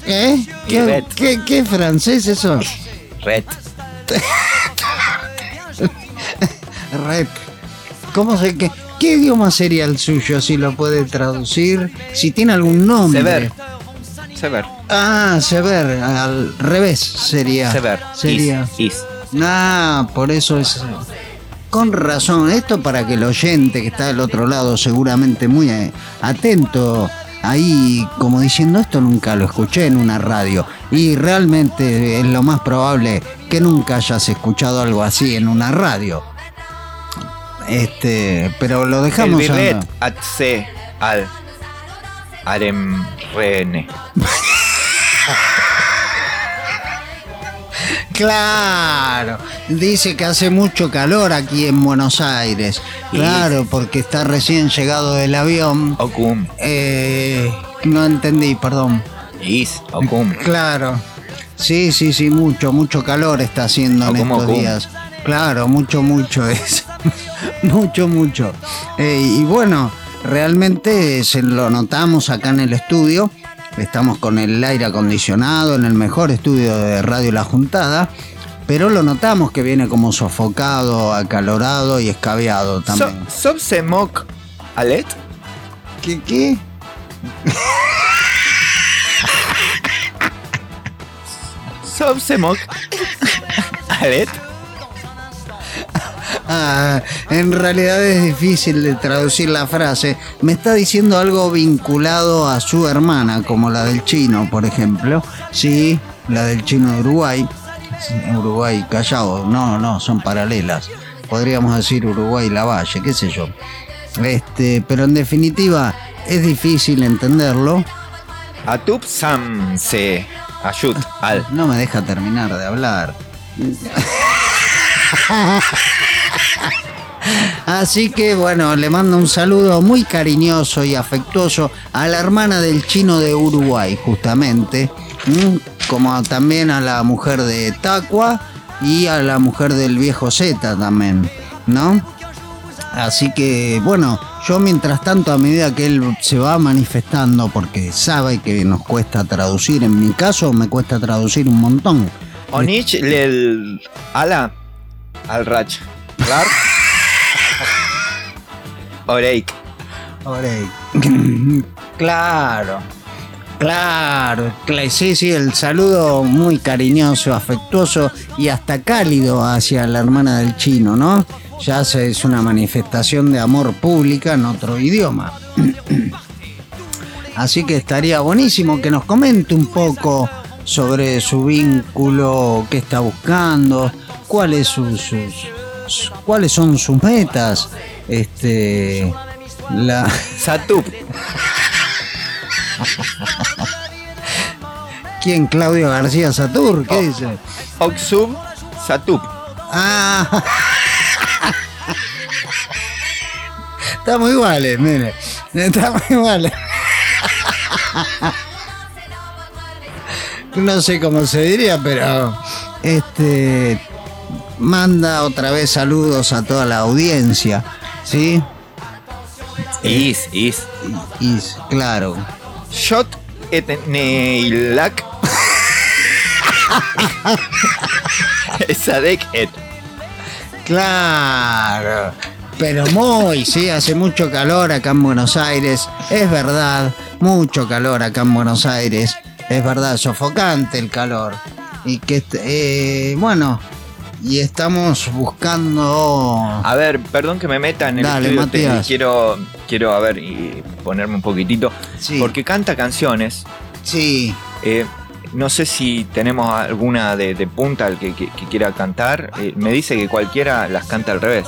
¿Eh? ¿Qué,
Red.
qué, qué francés eso?
Red.
Rep. ¿Cómo se que qué idioma sería el suyo si lo puede traducir? Si tiene algún nombre.
Sever. Sever.
Ah, Sever, al revés sería.
Sever.
Sería.
Is. Is.
Ah, por eso es. Con razón, esto para que el oyente que está del otro lado, seguramente muy eh, atento, ahí como diciendo esto nunca lo escuché en una radio. Y realmente es lo más probable que nunca hayas escuchado algo así en una radio. Este, pero lo
El
dejamos
birret
andar.
atse al arem rene.
Claro, dice que hace mucho calor aquí en Buenos Aires. Claro, porque está recién llegado del avión.
Ocum.
Eh, no entendí, perdón.
Is. Ocum.
Claro. Sí, sí, sí, mucho, mucho calor está haciendo en
Ocum,
estos
ocum.
días. Claro, mucho, mucho es. mucho, mucho. Eh, y bueno, realmente se lo notamos acá en el estudio. Estamos con el aire acondicionado en el mejor estudio de Radio La Juntada. Pero lo notamos que viene como sofocado, acalorado y escabeado también.
Sob se moc alet.
¿Qué, qué?
Sob se moc alet.
Ah, en realidad es difícil de traducir la frase. Me está diciendo algo vinculado a su hermana, como la del chino, por ejemplo. Sí, la del chino de Uruguay. Sí, Uruguay, Callao. No, no, son paralelas. Podríamos decir Uruguay, La Valle, qué sé yo. Este, pero en definitiva, es difícil entenderlo.
Atup sam se ayut al.
No me deja terminar de hablar. Así que bueno, le mando un saludo muy cariñoso y afectuoso a la hermana del chino de Uruguay, justamente, ¿m? como también a la mujer de Tacua y a la mujer del viejo Z también, ¿no? Así que bueno, yo mientras tanto a medida que él se va manifestando, porque sabe que nos cuesta traducir, en mi caso me cuesta traducir un montón.
Onich lel ala al rach. Lar. Oreik.
Ahora, claro, claro, cla- sí, sí, el saludo muy cariñoso, afectuoso y hasta cálido hacia la hermana del chino, ¿no? Ya se- es una manifestación de amor pública en otro idioma. Así que estaría buenísimo que nos comente un poco sobre su vínculo, qué está buscando, cuáles sus, sus- su- cuáles son sus metas, este la
Satup.
quién Claudio García Satur, ¿qué dice?
Oksub. Satup.
Ah. Estamos iguales, mire. Estamos iguales. No sé cómo se diría, pero este manda otra vez saludos a toda la audiencia, ¿sí?
Is. Is.
Y, y, claro,
Shot etneilak. Sadek et.
Claro. Pero muy, sí, hace mucho calor acá en Buenos Aires. Es verdad, mucho calor acá en Buenos Aires. Es verdad, sofocante el calor. Y que, est- eh, bueno, y estamos buscando...
A ver, perdón que me meta en el
Dale,
estudio, te-
Matías.
quiero, quiero, a ver, y ponerme un poquitito.
Sí.
Porque canta canciones.
Sí,
eh, no sé si tenemos alguna de, de punta al que, que- que quiera cantar. Eh, me dice que cualquiera las canta al revés.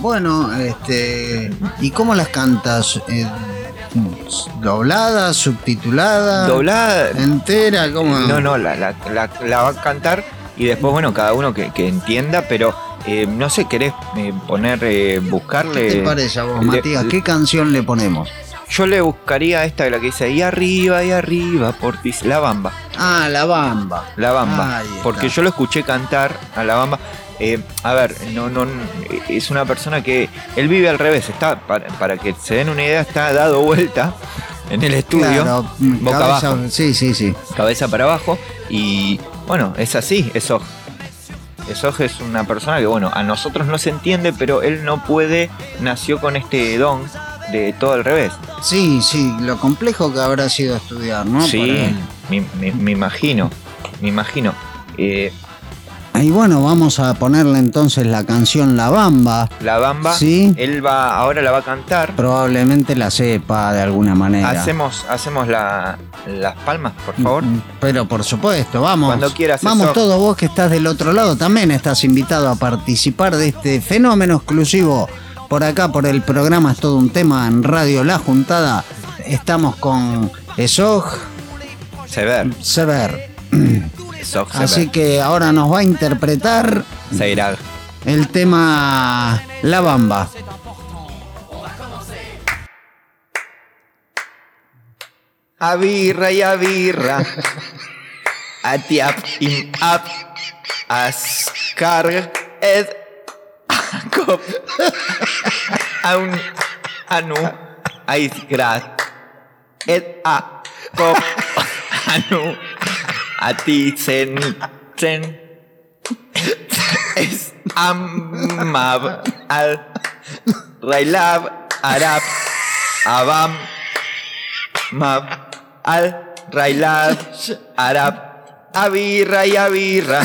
bueno, este... ¿Y cómo las cantas? Eh, ¿Doblada, subtitulada?
Doblada.
¿Entera? ¿Cómo?
No, no, la, la- la- la va a cantar y después, bueno, cada uno que, que entienda, pero eh, no sé, ¿querés eh, poner, eh, buscarle?
¿Qué te parece a vos,
le-
Matías?
le-
¿Qué canción le ponemos?
Yo le buscaría esta de la que dice, y arriba, y arriba, por ti, la bamba.
Ah, La Bamba.
La Bamba.
Ahí está.
Porque yo lo escuché cantar a La Bamba. Eh, a ver, no, no, es una persona que él vive al revés. Está para, para que se den una idea, está dado vuelta en el estudio,
Claro, mm,
boca
cabeza-
abajo,
Sí, sí, sí.
cabeza para abajo. Y bueno, es así, es Oj. Es Oj es una persona que, bueno, a nosotros no se entiende, pero él no puede, nació con este don de todo al revés.
Sí, sí, lo complejo que habrá sido estudiar, ¿no? Ah, Para
sí,
él.
me, me- me imagino, me imagino. Eh,
Y bueno, vamos a ponerle entonces la canción La Bamba.
La Bamba,
Sí.
él va, ahora la va a cantar.
Probablemente la sepa de alguna manera.
Hacemos, hacemos la- las palmas, por favor.
Mm, Pero por supuesto, vamos.
Cuando quieras,
Vamos
eso.
todos vos que estás del otro lado, también estás invitado a participar de este fenómeno exclusivo por acá, por el programa Es todo un tema en Radio La Juntada. Estamos con Esoj
Sever,
Sever.
Sock
mm. Así que ahora nos va a interpretar
Zairag.
el tema La Bamba.
A birra y a birra. A tiap im ap. Ascar ed. A cop. A un. A nu. A izgrat. Ed a cop. A nu. A ti zen. Zen. Es amab. Al. Railab. Arab. Abam. Mab al Railab Arab Abirra y Abirra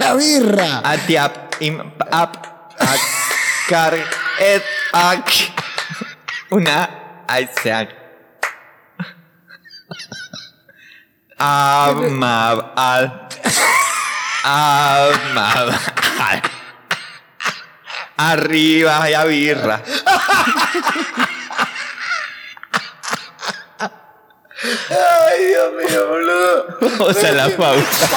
La birra.
Atiap im ap Akar et ak Una aiseak Amab al Amab al Arriba y Abirra Vamos a la pausa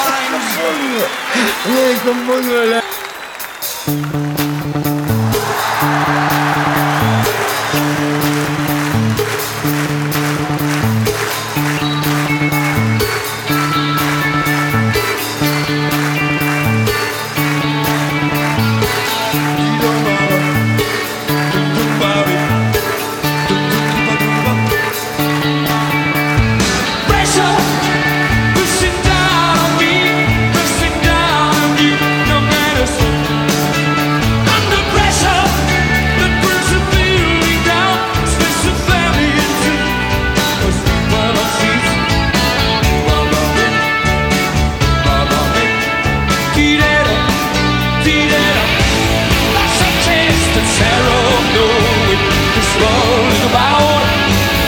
Rolling about,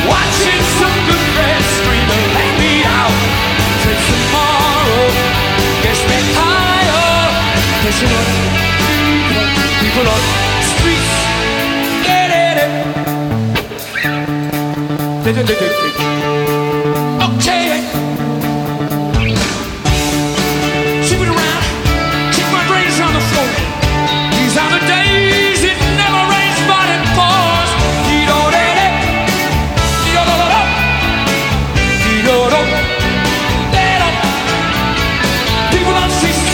watching some good friends screaming, let me out. Cause tomorrow gets me higher. Cause you know, people, people on the streets, they did it. They did it. Okay. Keep it around. Keep my brains on the floor. These are the days it never rains but it pours. You know, did it. You know, you know, Dead up. People on streets.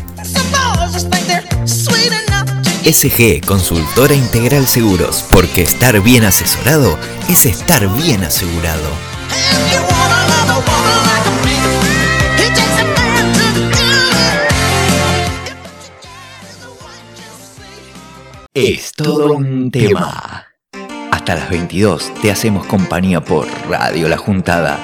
SG Consultora Integral Seguros, porque estar bien asesorado es estar bien asegurado.
Es todo un tema. Hasta las 22 te hacemos compañía por Radio La Juntada.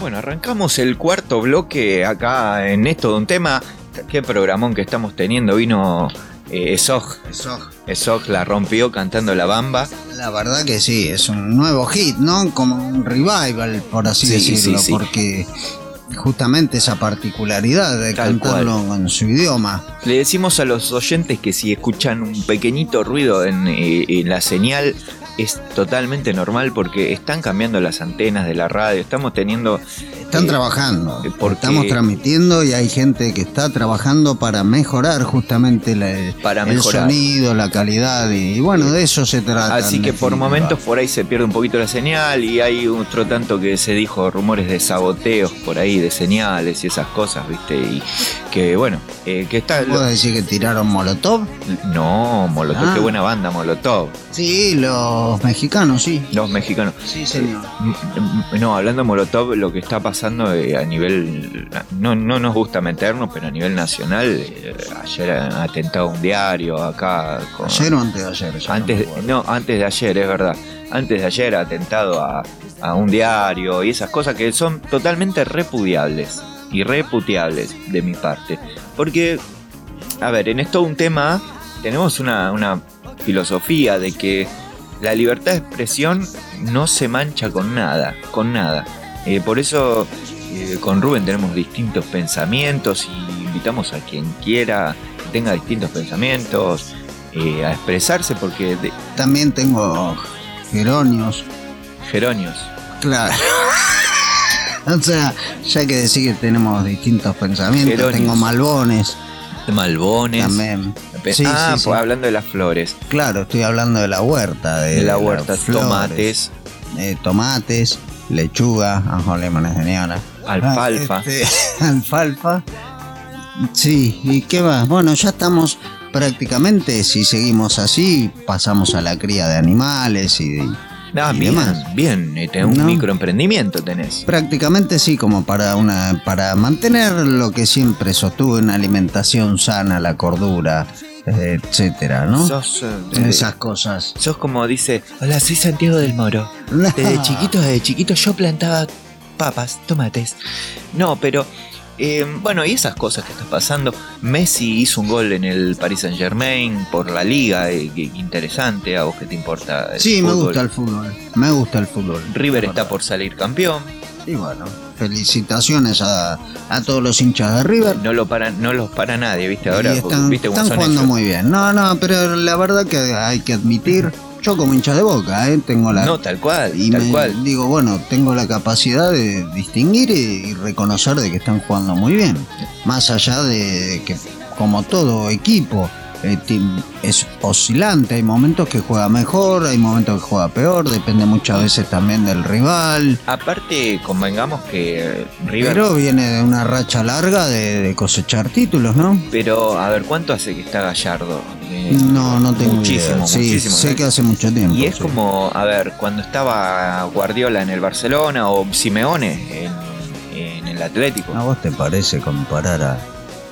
Bueno, arrancamos el cuarto bloque acá en Esto de un tema. Qué programón que estamos teniendo. Vino eh, Esoj.
Eso.
Esoj la rompió cantando La Bamba.
La verdad que sí, es un nuevo hit, ¿no? Como un revival, por así
Sí, sí,
decirlo,
sí, sí.
porque justamente esa particularidad de
Tal
cantarlo en su idioma.
Le decimos a los oyentes que si escuchan un pequeñito ruido en, eh, en la señal es totalmente normal porque están cambiando las antenas de la radio, estamos teniendo...
Están
eh,
trabajando,
eh, porque-
estamos transmitiendo y hay gente que está trabajando para mejorar justamente la-
Para
el
mejorar.
sonido, la calidad y, y bueno, de eso se trata.
Así
en
que por
definitiva.
momentos por ahí se pierde un poquito la señal y hay otro tanto que se dijo rumores de saboteos por ahí, de señales y esas cosas, ¿viste? Y que bueno, eh, que está...
¿Puedo decir que tiraron molotov?
No, Molotov,
Ah.
qué buena banda Molotov,
Sí, los mexicanos, sí.
los mexicanos.
Sí, señor.
M- m- No, hablando de Molotov, lo que está pasando eh, a nivel. No, no nos gusta meternos, pero a nivel nacional, eh, ayer han atentado un diario acá. Con,
¿Ayer o antes de ayer? Ya no me
antes, de-
acuerdo.
no, antes de ayer, es verdad. Antes de ayer atentado a, a un diario y esas cosas que son totalmente repudiables y reputeables de mi parte. Porque, a ver, en esto un tema tenemos una, una filosofía de que la libertad de expresión no se mancha con nada, con nada. Eh, por eso eh, con Rubén tenemos distintos pensamientos y invitamos a quien quiera que tenga distintos pensamientos eh, a expresarse porque de
También tengo geronios.
Geronios.
Claro. O sea, ya que decir que tenemos distintos pensamientos,
Geronios.
tengo malbones
Malbones.
también.
Pe-
Sí,
ah,
sí, sí.
pues hablando de las flores,
Claro, estoy hablando de la huerta. De,
de la
Eh, las
huerta,
flores,
tomates,
eh, tomates, lechuga, anjolemones de neana.
alfalfa.
Ah, este, alfalfa. Sí, ¿y qué más? Bueno, ya estamos prácticamente, si seguimos así, pasamos a la cría de animales y de-
Ah,
este, y
bien,
demás.
bien, eh, tenés un
No.
microemprendimiento tenés.
Prácticamente sí, como para una para mantener lo que siempre sostuve, una alimentación sana, la cordura, eh, etcétera, ¿no?
Sos, eh,
Esas cosas.
sos como dice, hola, soy Santiago del Moro.
Ah.
Desde chiquito, desde chiquito yo plantaba papas, tomates. No, pero eh, bueno, y esas cosas que están pasando. Messi hizo un gol en el Paris Saint Germain por la liga, eh, que- interesante, a vos que te importa. el
Sí, me
fútbol.
gusta el fútbol. Me gusta el fútbol.
River está por salir campeón.
Y bueno, felicitaciones a, a todos los hinchas de River.
No lo para, no los para nadie, viste ahora.
Y están,
viste cómo
están
son
jugando
ellos?
muy bien. No, no, pero la verdad que hay que admitir, yo como hincha de boca, eh, tengo la...
No, tal cual,
y
tal
me-
cual.
digo, bueno, tengo la capacidad de distinguir y, y reconocer de que están jugando muy bien. Más allá de que, como todo equipo, eh, ti- es oscilante. Hay momentos que juega mejor, hay momentos que juega peor. Depende muchas veces también del rival.
Aparte, convengamos que River. Pero,
Pero viene de una racha larga de, de cosechar títulos, ¿no?
a ver, ¿cuánto hace que está Gallardo? Eh,
No, no tengo
Muchísimo,
idea. Sí,
muchísimo.
sé
¿no?
que hace mucho tiempo.
Y es
sí.
como, a ver, cuando estaba Guardiola en el Barcelona o Simeone en, en el Atlético.
¿A vos te parece comparar a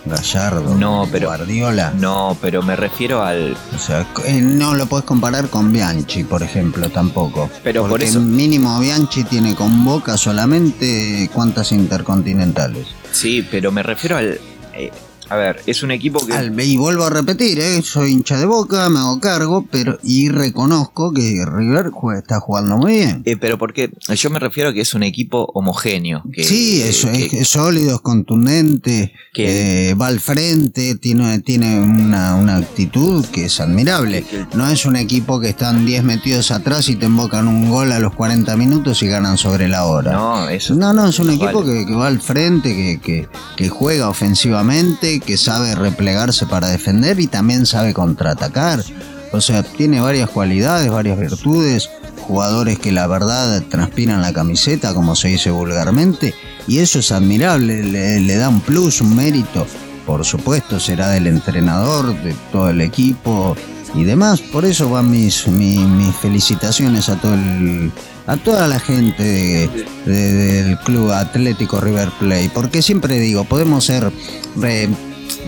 Gallardo
No,
con
pero-
Guardiola?
No, pero me refiero al.
O sea, eh, no lo puedes comparar con Bianchi, por ejemplo, tampoco.
Pero por
Porque
eso-
mínimo Bianchi tiene con Boca solamente cuántas intercontinentales.
Sí, pero me refiero al. eh, A ver, es un equipo que.
Al- y vuelvo a repetir, ¿eh? soy hincha de boca, me hago cargo, pero y reconozco que River juega- está jugando muy bien.
Eh, pero porque yo me refiero a que es un equipo homogéneo. Que,
sí, eso
que-
es, es sólido, es contundente,
Que-
eh, va al frente, tiene, tiene una, una actitud que es admirable. No es un equipo que están 10 metidos atrás y te embocan un gol a los 40 minutos y ganan sobre la hora.
No, eso.
No, no, es un
Vale.
equipo que, que va al frente, que, que, que juega ofensivamente, que sabe replegarse para defender y también sabe contraatacar. O sea, tiene varias cualidades, varias virtudes, jugadores que la verdad transpiran la camiseta, como se dice vulgarmente, y eso es admirable, le, le da un plus, un mérito. Por supuesto, será del entrenador, de todo el equipo y demás. Por eso van mis, mi- mis felicitaciones a todo el- a toda la gente de- de- del Club Atlético River Play. Porque siempre digo, podemos ser, eh,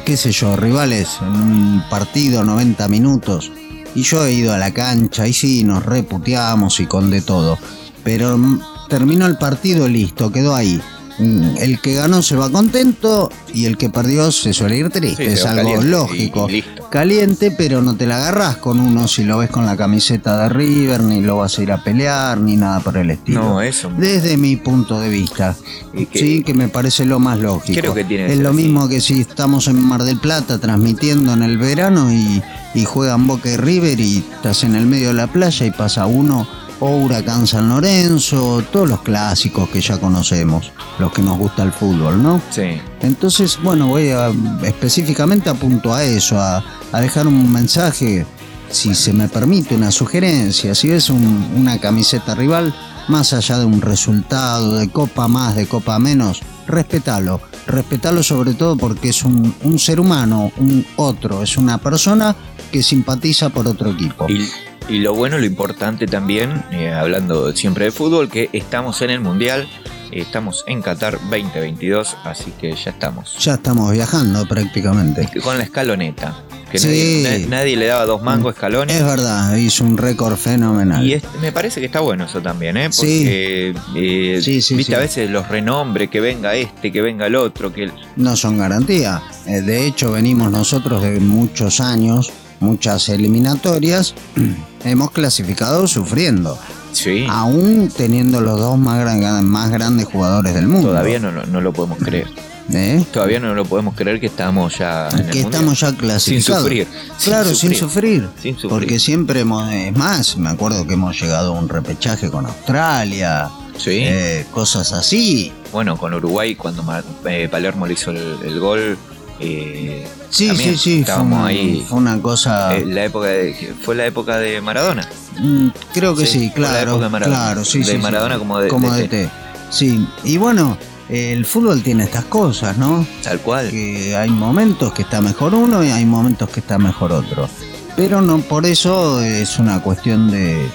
qué sé yo, rivales en un partido 90 minutos. Y yo he ido a la cancha y sí, nos reputeamos y con de todo. Pero mm, terminó el partido listo, quedó ahí. Mm, El que ganó se va contento y el que perdió se suele ir triste.
Sí, se
es
va
algo
caliente y-
lógico
y listo.
caliente, pero no te la agarras con uno si lo ves con la camiseta de River, ni lo vas a ir a pelear, ni nada por el estilo.
No, eso.
Desde mi punto de vista,
Y que-
sí, que me parece lo más lógico.
Creo que tiene que
es
ser
lo
así.
mismo que si estamos en Mar del Plata transmitiendo en el verano y, y juegan Boca y River y estás en el medio de la playa y pasa uno o Huracán San Lorenzo, todos los clásicos que ya conocemos, los que nos gusta el fútbol, ¿no?
Sí.
Entonces, bueno, voy a, específicamente apunto a eso, a, a dejar un mensaje, si se me permite, una sugerencia. Si ves un- una camiseta rival, más allá de un resultado, de copa más, de copa menos, respetalo. Respetalo sobre todo porque es un, un ser humano, un otro, es una persona que simpatiza por otro equipo.
Y, y lo bueno, lo importante también, eh, hablando siempre de fútbol, que estamos en el Mundial, eh, estamos en Qatar 2022, así que ya estamos.
Ya estamos viajando prácticamente.
Con la escaloneta, que
Sí. Eh,
nadie, na- nadie le daba dos mangos escalones.
Es verdad, hizo un récord fenomenal.
Y es- me parece que está bueno eso también, ¿eh? Porque, eh,
Sí, sí,
viste,
sí.
a veces los renombres, que venga este, que venga el otro, que... el-
no son garantía. Eh, De hecho, venimos nosotros de muchos años, muchas eliminatorias, hemos clasificado sufriendo,
Sí,
Ah, aún teniendo los dos más, gran- más grandes jugadores del mundo.
todavía no, lo- no lo podemos creer.
¿Eh?
Todavía no lo podemos creer que estamos ya en el
que
Mundial.
estamos ya clasificados.
sufrir, sin
Claro, sin
sufrir.
sufrir.
Sin sufrir.
Porque siempre hemos, es más, me acuerdo que hemos llegado a un repechaje con Australia,
Sí.
eh, cosas así.
Bueno, con Uruguay, cuando Mar- eh, Palermo le hizo el, el gol, eh,
Sí,
también
sí, sí, fue,
estábamos
un-
ahí.
fue una cosa...
Eh, la época de- fue la época de Maradona.
Mm, Creo que sí,
Sí, por la
claro.
época de Maradona.
claro, sí,
De
sí, sí.
Maradona como de- de
DT. Sí, y bueno, el fútbol tiene estas cosas, ¿no?
Tal cual.
Que hay momentos que está mejor uno y hay momentos que está mejor otro. Pero no por eso es una cuestión de.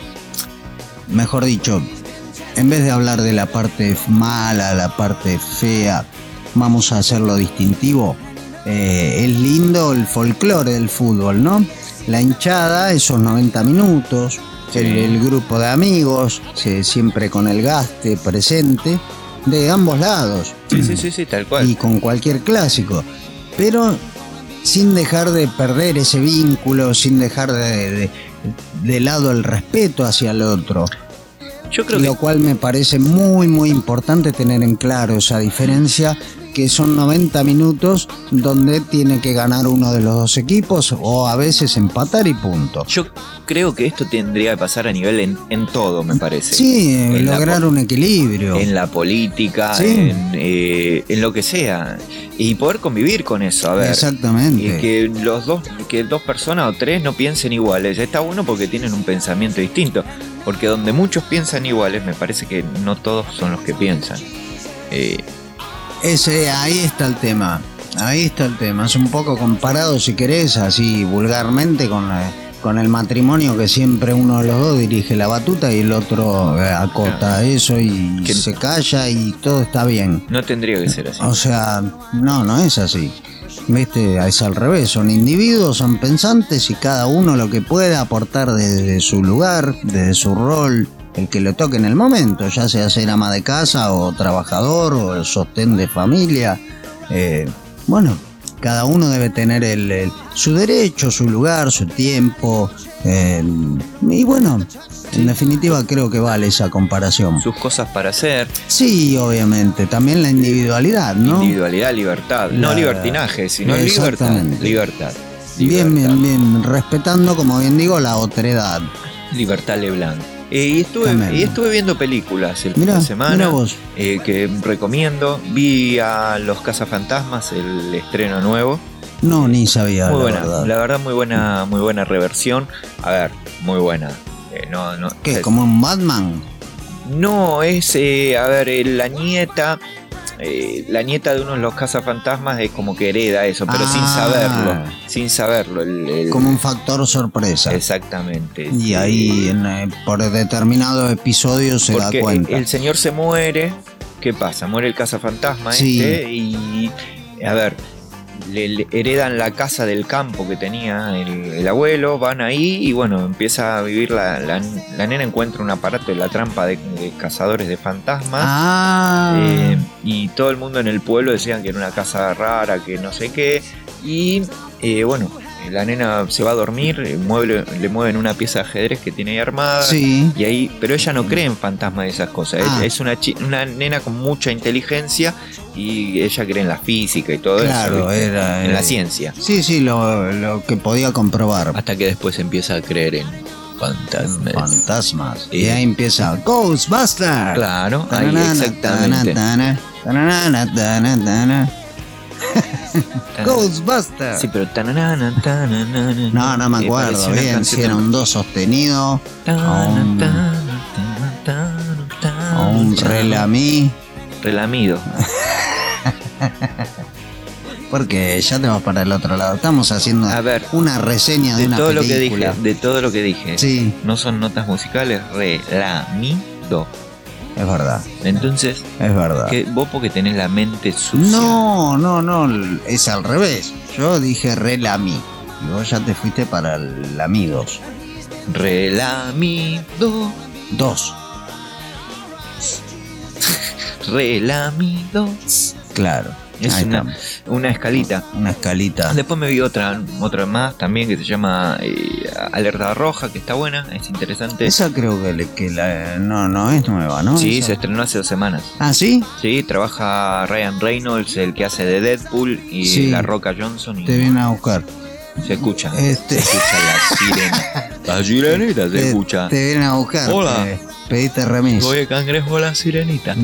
Mejor dicho, en vez de hablar de la parte mala, la parte fea, vamos a hacerlo distintivo. Eh, es lindo el folclore del fútbol, ¿no? La hinchada, esos 90 minutos, el, el grupo de amigos, se- siempre con el gaste presente, de ambos lados
Sí, sí, sí, sí, tal cual.
y con cualquier clásico, pero sin dejar de perder ese vínculo, sin dejar de, de- de lado el respeto hacia el otro,
Yo creo
lo
que
cual me parece muy muy importante tener en claro esa diferencia que son 90 minutos donde tiene que ganar uno de los dos equipos o a veces empatar y punto.
yo creo que esto tendría que pasar a nivel en, en todo, me parece.
Sí,
En la
lograr
po-
un equilibrio.
en la política,
Sí.
en, eh, en lo que sea. Y poder convivir con eso, a ver.
Exactamente.
Y que los dos, que dos personas o tres no piensen iguales. Está bueno porque tienen un pensamiento distinto. Porque donde muchos piensan iguales, me parece que no todos son los que piensan. Eh,
Ese, ahí está el tema. Ahí está el tema. Es un poco comparado, si querés, así vulgarmente, con, la- con el matrimonio que siempre uno de los dos dirige la batuta y el otro eh, acota eso y
Que-
se calla y todo está bien.
no tendría que ser así.
O sea, no, no es así. Viste, es al revés. Son individuos, son pensantes y cada uno lo que pueda aportar desde su lugar, desde su rol, el que le toque en el momento, ya sea ser ama de casa o trabajador o el sostén de familia. Eh, bueno, Cada uno debe tener el, el- su derecho, su lugar, su tiempo. eh, y bueno, en definitiva creo que vale esa comparación.
Sus cosas para hacer,
Sí, obviamente. También la individualidad, ¿no?
individualidad, libertad. No
La-
libertinaje, sino libertad.
Exactamente.
Libertad.
Bien,
libertad.
bien, bien. Respetando, como bien digo, la otredad.
Libertad Leblanc. Eh, y, estuve,
También.
y estuve viendo películas el fin
Mirá,
de semana
mirá vos.
eh, que recomiendo. Vi a Los Cazafantasmas, el estreno nuevo.
No, ni sabía,
Muy
la
buena,
verdad.
la verdad, muy buena, muy buena reversión. A ver, muy buena. Eh, no, no,
¿Qué?
eh,
¿Como un Batman?
no, es, eh, a ver, eh, la nieta. eh, la nieta de uno de los cazafantasmas es como que hereda eso, pero sin
Ah.
saberlo. Sin saberlo. el- el-
Como un factor sorpresa.
Exactamente.
Y ahí, en, eh, por determinado episodio, se da
Porque
cuenta.
el señor se muere. ¿Qué pasa? Muere el cazafantasma
Sí.
este y. A ver. Le, le heredan la casa del campo que tenía el, el abuelo, van ahí y bueno, empieza a vivir la, la, la nena encuentra un aparato en la trampa de, de cazadores de fantasmas
Ah,
eh, y todo el mundo en el pueblo decían que era una casa rara, que no sé qué y eh, bueno, la nena se va a dormir, eh, mueve- le mueven una pieza de ajedrez que tiene ahí armada,
sí.
y ahí, pero ella no cree en fantasmas de esas cosas.
Ah.
Es, es una, chi- una nena con mucha inteligencia y ella cree en la física y todo eso.
Claro,
¿viste?
era.
en la
eh,
ciencia.
Sí, sí, lo, lo que podía comprobar.
Hasta que después empieza a creer en fantasmas.
Fantasmas. Y
Eh.
ahí empieza Ghostbusters.
claro, ahí
Tanana,
exactamente.
tanana, tanana, tanana, tanana. Ghostbusters.
Sí, pero tananana, tananana.
No, no me
Eh,
acuerdo
parece una
bien si
canción
era un do sostenido
tan-
un-
tan- tan- tan- tan-
o un
tan-
relamí.
relamido.
Porque ya te vas para el otro lado. Estamos haciendo
A ver,
una reseña de,
De
Ah, una
todo lo que
película.
dije, de todo lo que dije.
Sí,
No son notas musicales, relamido.
es verdad,
Entonces,
es verdad.
Que vos porque tenés la mente sucia.
Ah. No, no, no, es al revés. Yo dije relamí. Y vos ya te fuiste para el amigos.
Relamido,
Dos,
relamido.
claro.
Es
Ahí
una,
está,
una escalita.
una escalita.
Después me vi otra, otra más también que se llama eh, Alerta Roja, que está buena, es interesante.
Esa creo que, le- que la, no, no es nueva, ¿no?
Sí,
Esa-
se estrenó hace dos semanas.
Ah, sí,
Sí, trabaja Ryan Reynolds, el que hace de Deadpool, y
Sí.
La Roca Johnson, y
te viene a buscar.
se escucha.
Este-
Se escucha la sirena. La sirenita se
Te,
escucha.
te vienen a buscar.
Hola.
eh, pediste remis.
Oye, cangrejo, la sirenita.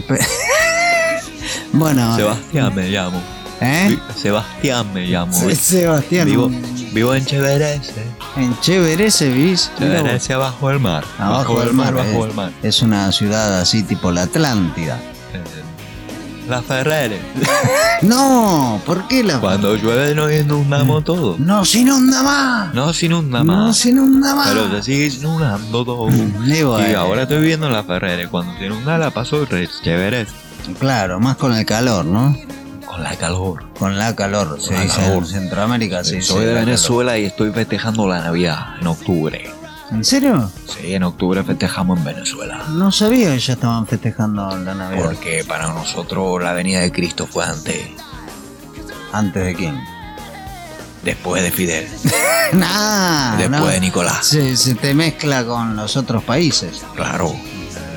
Bueno,
Sebastián me llamo.
¿eh?
Vi- Sebastián me llamo.
Se- Sebastián.
Vivo, vivo en Cheverese.
En Chévere se vivís. Mirá vos.
Cheverese abajo del mar.
Abajo del mar,
Abajo
eh.
del mar.
Es una ciudad así tipo la Atlántida.
Eh, La Ferrere.
No, ¿por qué la.?
Cuando llueve nos inundamos todo.
No se inunda más.
No se inunda
Mm. No
más.
se inunda más. Mm,
Pero se sigue inundando todo.
Y
Y
bueno,
ahora estoy viviendo en la Ferrere. Cuando se inunda la paso re Cheverese.
Claro, más con el calor, ¿no?
Con la calor.
Con la calor, se
la
dice
calor.
en Centroamérica. se dice
Soy de
la
Venezuela y estoy festejando la Navidad en octubre.
calor. ¿En serio?
Sí, en octubre festejamos en Venezuela.
No sabía que ya estaban festejando la Navidad.
Porque para nosotros la venida de Cristo fue antes,
¿Antes de quién?
después de Fidel,
nah,
después
Ah, no.
de Nicolás.
Se, se te mezcla con los otros países,
Claro.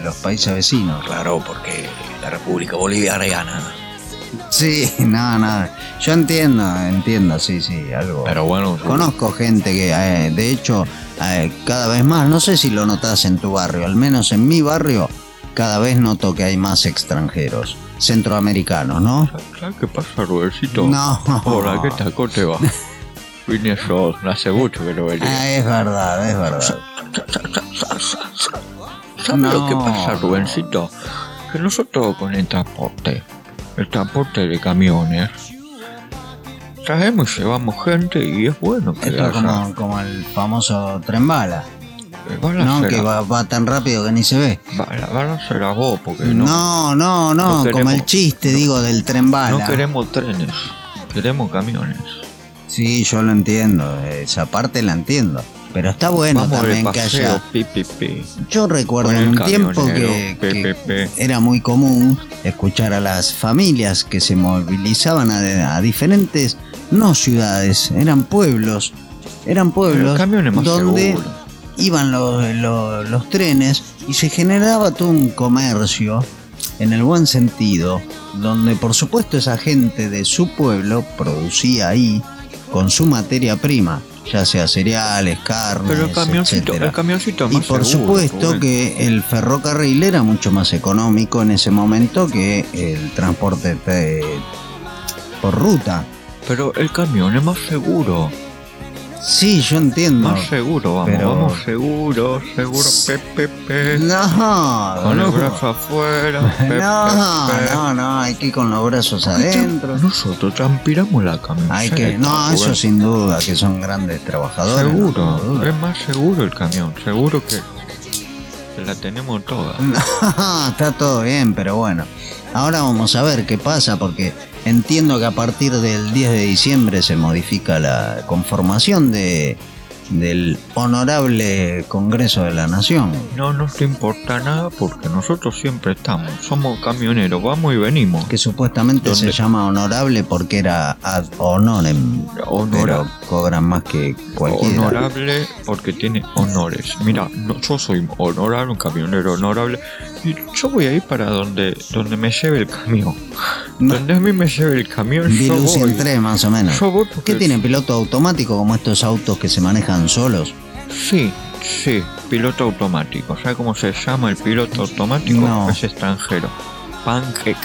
los países vecinos.
Claro, porque la República Bolivariana.
Sí, no, no. Yo entiendo, entiendo, sí, sí, algo.
Pero bueno,
Conozco gente que, eh, de hecho, eh, cada vez más, no sé si lo notas en tu barrio, al menos en mi barrio, cada vez noto que hay más extranjeros, centroamericanos, ¿no?
¿sabes qué pasa, Robertito?
No.
Ahora que taco te va. Vine yo, no hace mucho que no venía.
Ah, es verdad, es verdad.
¿Sabes
Ah. no.
lo que pasa, Rubensito? Que nosotros con el transporte, el transporte de camiones, traemos y llevamos gente y es bueno que
Esto es
haya-
como, como el famoso tren bala,
que van a
¿no?
hacer
Que
la-
va, va tan rápido que ni se ve.
va- van a hacer a vos porque no,
No, no, no,
No
como
queremos-
el chiste, digo, del tren
no
bala.
queremos trenes, queremos camiones.
Sí, yo lo entiendo, esa parte la entiendo. Pero está bueno
Vamos de
también que
paseo,
haya.
pi, pi, pi.
Yo recuerdo
Con el
en un tiempo que,
camionero, pe,
que
pe, pe.
era muy común escuchar a las familias que se movilizaban a, a diferentes no ciudades, eran pueblos. Eran pueblos
Los camiones más
donde
seguros.
iban los, los- los trenes y se generaba todo un comercio, en el buen sentido, donde por supuesto esa gente de su pueblo producía ahí con su materia prima, ya sea cereales, carnes,
Pero el camioncito,
etcétera.
el camioncito es
Y
más
por
seguro,
supuesto
pobre.
que el ferrocarril era mucho más económico en ese momento que el transporte eh, por ruta.
Pero el camión es más seguro.
Sí, yo entiendo.
Más seguro, vamos.
Pero-
Vamos seguro, seguro. Pe, pe, pe.
No,
eh, Con los
no.
brazos afuera. pe,
No,
pe, pe.
no, no, hay que ir con los brazos adentro.
Nosotros transpiramos la camiseta.
Hay que, no,
pobre.
eso sin duda, que son grandes trabajadores. no
Seguro,
tengo duda.
es más seguro el camión. Seguro que que la tenemos toda.
No, está todo bien, pero bueno. Ahora vamos a ver qué pasa, porque entiendo que a partir del 10 de diciembre se modifica la conformación de, del honorable Congreso de la Nación.
No nos importa nada porque nosotros siempre estamos. Somos camioneros, vamos y venimos.
Que supuestamente
¿Dónde?
se llama honorable porque era ad honorem.
Honora-
Pero cobran más que cualquiera.
Honorable porque tiene honores. Mira, no- yo soy honorable, un camionero honorable. Y yo voy a ir para donde, donde me lleve el camión.
No.
Donde a mí me lleve el camión, yo
Dilucien
voy.
3 más o menos.
Yo voy porque-
¿Qué tiene piloto automático como estos autos que se manejan solos?
Sí, sí, piloto automático. ¿Sabes cómo se llama el piloto automático?
No.
Es extranjero. Pancake.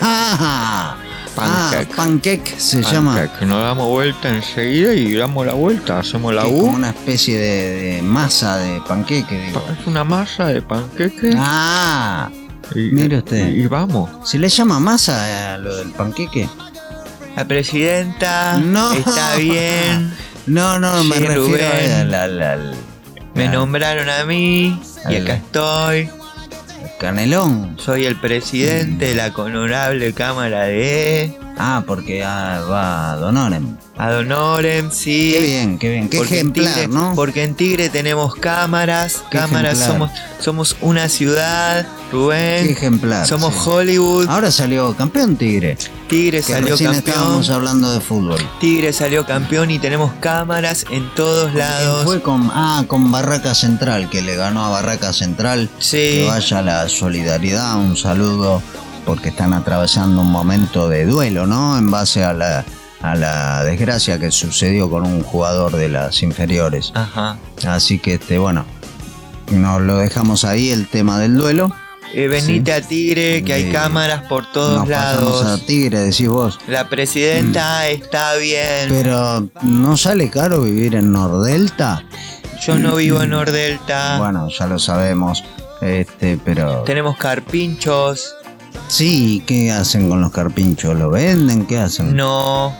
¡Ah!
Pancake.
Ah, pancake se llama.
Pancake. Nos damos vuelta enseguida y damos la vuelta. Hacemos la
que es
U.
como una especie de, de masa de panqueque. digo.
Pa- Es una masa de panqueque.
Ah,
y,
mire usted.
Y vamos.
¿se le llama masa eh, a lo del panqueque?
La presidenta
No. está bien. No, no, me
Sí,
refiero
Rubén.
a la, la- la- la-
nombraron a mí
y acá
estoy.
canelón.
Soy el presidente de la honorable Cámara de
Ah, porque ah, va Donorem.
Adonorem, sí.
Qué bien, qué bien, qué
porque en
ejemplar,
Tigre,
¿no?
Porque en Tigre tenemos cámaras,
Qué
cámaras somos
ejemplar.
somos una ciudad,
Qué
Rubén.
ejemplar.
Somos
sí.
Hollywood,
Ahora salió campeón Tigre.
Tigre
Que
salió
recién
campeón.
estábamos hablando de fútbol.
Tigre salió campeón y tenemos cámaras en todos lados.
Fue con, ah, con Barraca Central, que le ganó a Barraca Central.
Sí.
Que vaya la solidaridad, un saludo, porque están atravesando un momento de duelo, ¿no? En base a la, a la desgracia que sucedió con un jugador de las inferiores.
Ajá.
Así que, este, bueno, nos lo dejamos ahí, el tema del duelo.
Eh, venite a Tigre, que hay
Eh,
cámaras por todos
nos pasamos
lados.
a Mm. Tigre, decís vos.
La presidenta está bien.
Pero, ¿no sale caro vivir en Nordelta?
Yo no vivo en Nordelta.
Mm. Bueno, ya lo sabemos. Este, pero
Tenemos carpinchos.
sí, ¿qué hacen con los carpinchos? ¿Lo venden? ¿Qué hacen?
No.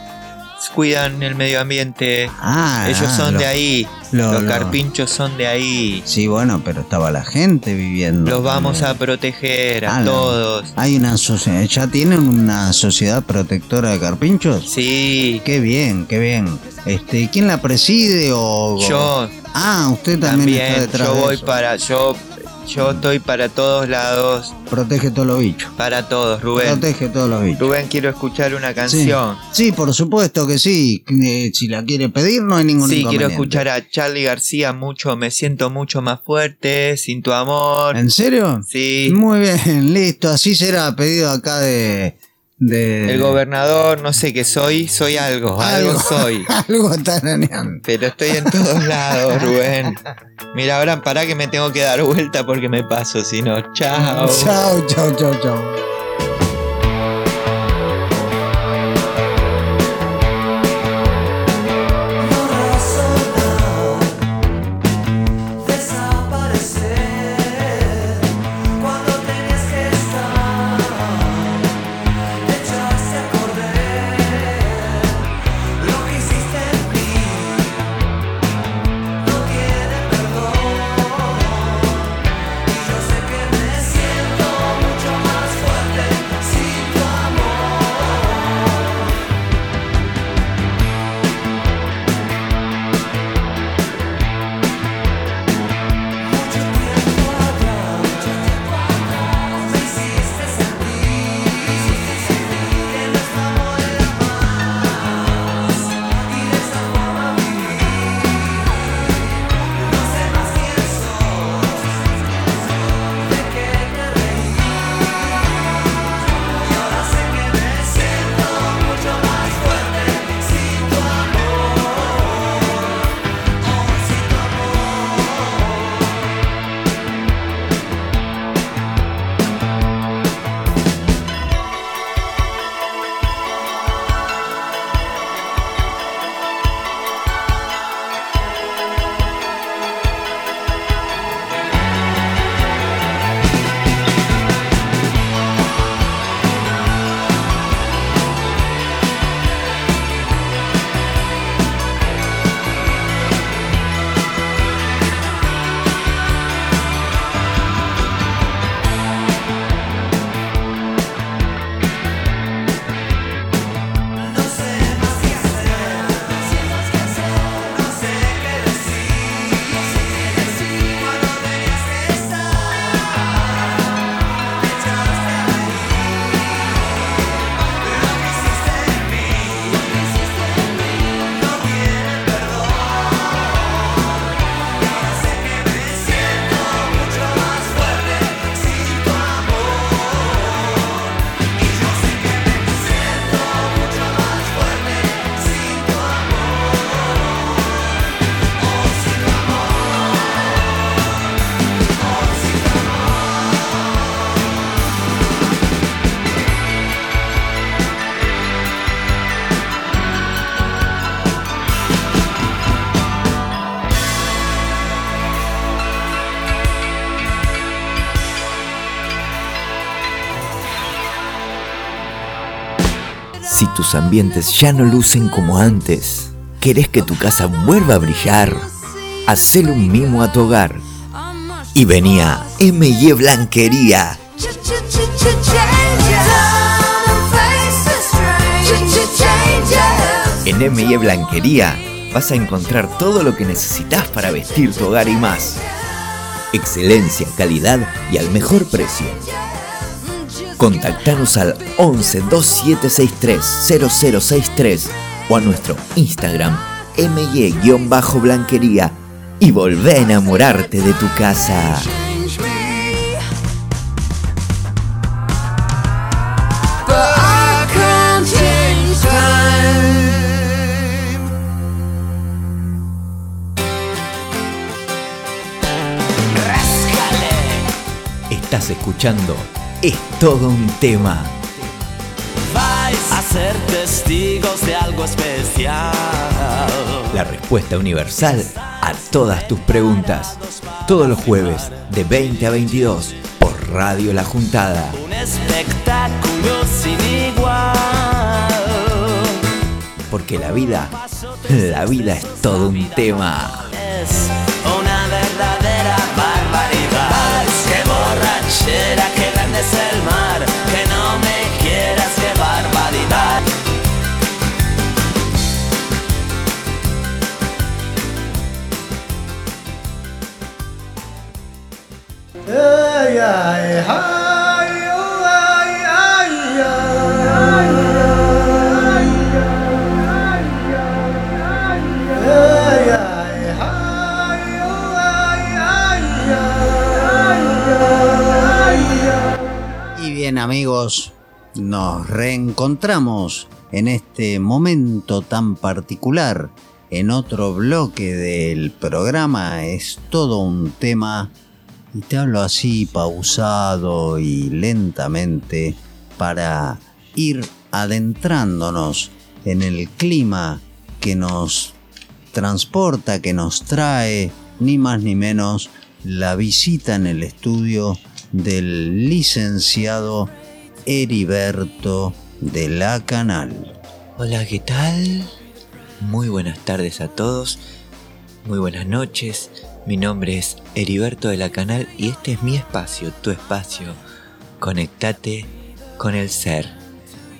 Cuidan el medio ambiente.
Ah,
Ellos
ah,
son
lo-
de ahí.
lo-
los
lo-
carpinchos son de ahí.
Sí, bueno, pero estaba la gente viviendo.
Los vamos a
también.
proteger a
Ah, la-
todos.
Hay una sociedad, ya tienen una sociedad protectora de carpinchos.
Sí.
Qué bien, qué bien. Este, ¿quién la preside o?
Yo
Ah, usted también, está
también.
detrás.
Yo
de
voy
eso.
para. Yo, yo estoy para todos lados.
Protege todos los bichos.
Para todos, Rubén.
Protege todos los bichos.
Rubén, quiero escuchar una
Sí.
canción.
Sí, por supuesto que sí. Eh, si la quiere pedir, no hay ningún
Sí, quiero
inconveniente.
escuchar a Charlie García mucho. Me siento mucho más fuerte sin tu amor.
¿En serio?
Sí.
Muy bien, listo. Así será pedido acá de. de
El gobernador, no sé qué soy, soy algo, algo,
Algo.
soy.
Algo taraneando.
Pero estoy en todos lados, Rubén. Mira, ahora pará que me tengo que dar vuelta porque me paso, si no, chao.
Chao, chao, chao, chao.
Desaparecer cuando tenías que estar, echarse a correr lo que hiciste en mí. No tiene perdón y yo sé que me siento mucho más fuerte.
Si tus ambientes ya no lucen como antes, ¿querés que tu casa vuelva a brillar? Hacele un mimo a tu hogar. Y venía M&Y E Blanquería. En M&E Blanquería vas a encontrar todo lo que necesitas para vestir tu hogar y más. Excelencia, calidad y al mejor precio. Contactanos al 11 2763 0063 o a nuestro Instagram E MY-Blanquería y volvé a enamorarte de tu casa. Estás escuchando Es todo un tema.
Vais a ser testigos de algo especial.
La respuesta universal a todas tus preguntas. Todos los jueves de 20 a 22 por Radio La Juntada.
Un espectáculo sin igual.
Porque la vida, la vida es todo un tema.
Es una verdadera barbaridad. Qué borrachera, qué grande es el mar. Que no me quieras, qué barbaridad.
Y bien amigos, nos reencontramos en este momento tan particular, en otro bloque del programa, es todo un tema, y te hablo así pausado y lentamente para ir adentrándonos en el clima que nos transporta, que nos trae, ni más ni menos, la visita en el estudio del licenciado Heriberto de la Canal.
Hola, ¿qué tal? Muy buenas tardes a todos. Muy buenas noches. Mi nombre es Heriberto de la Canal y este es mi espacio, tu espacio. Conectate con el ser.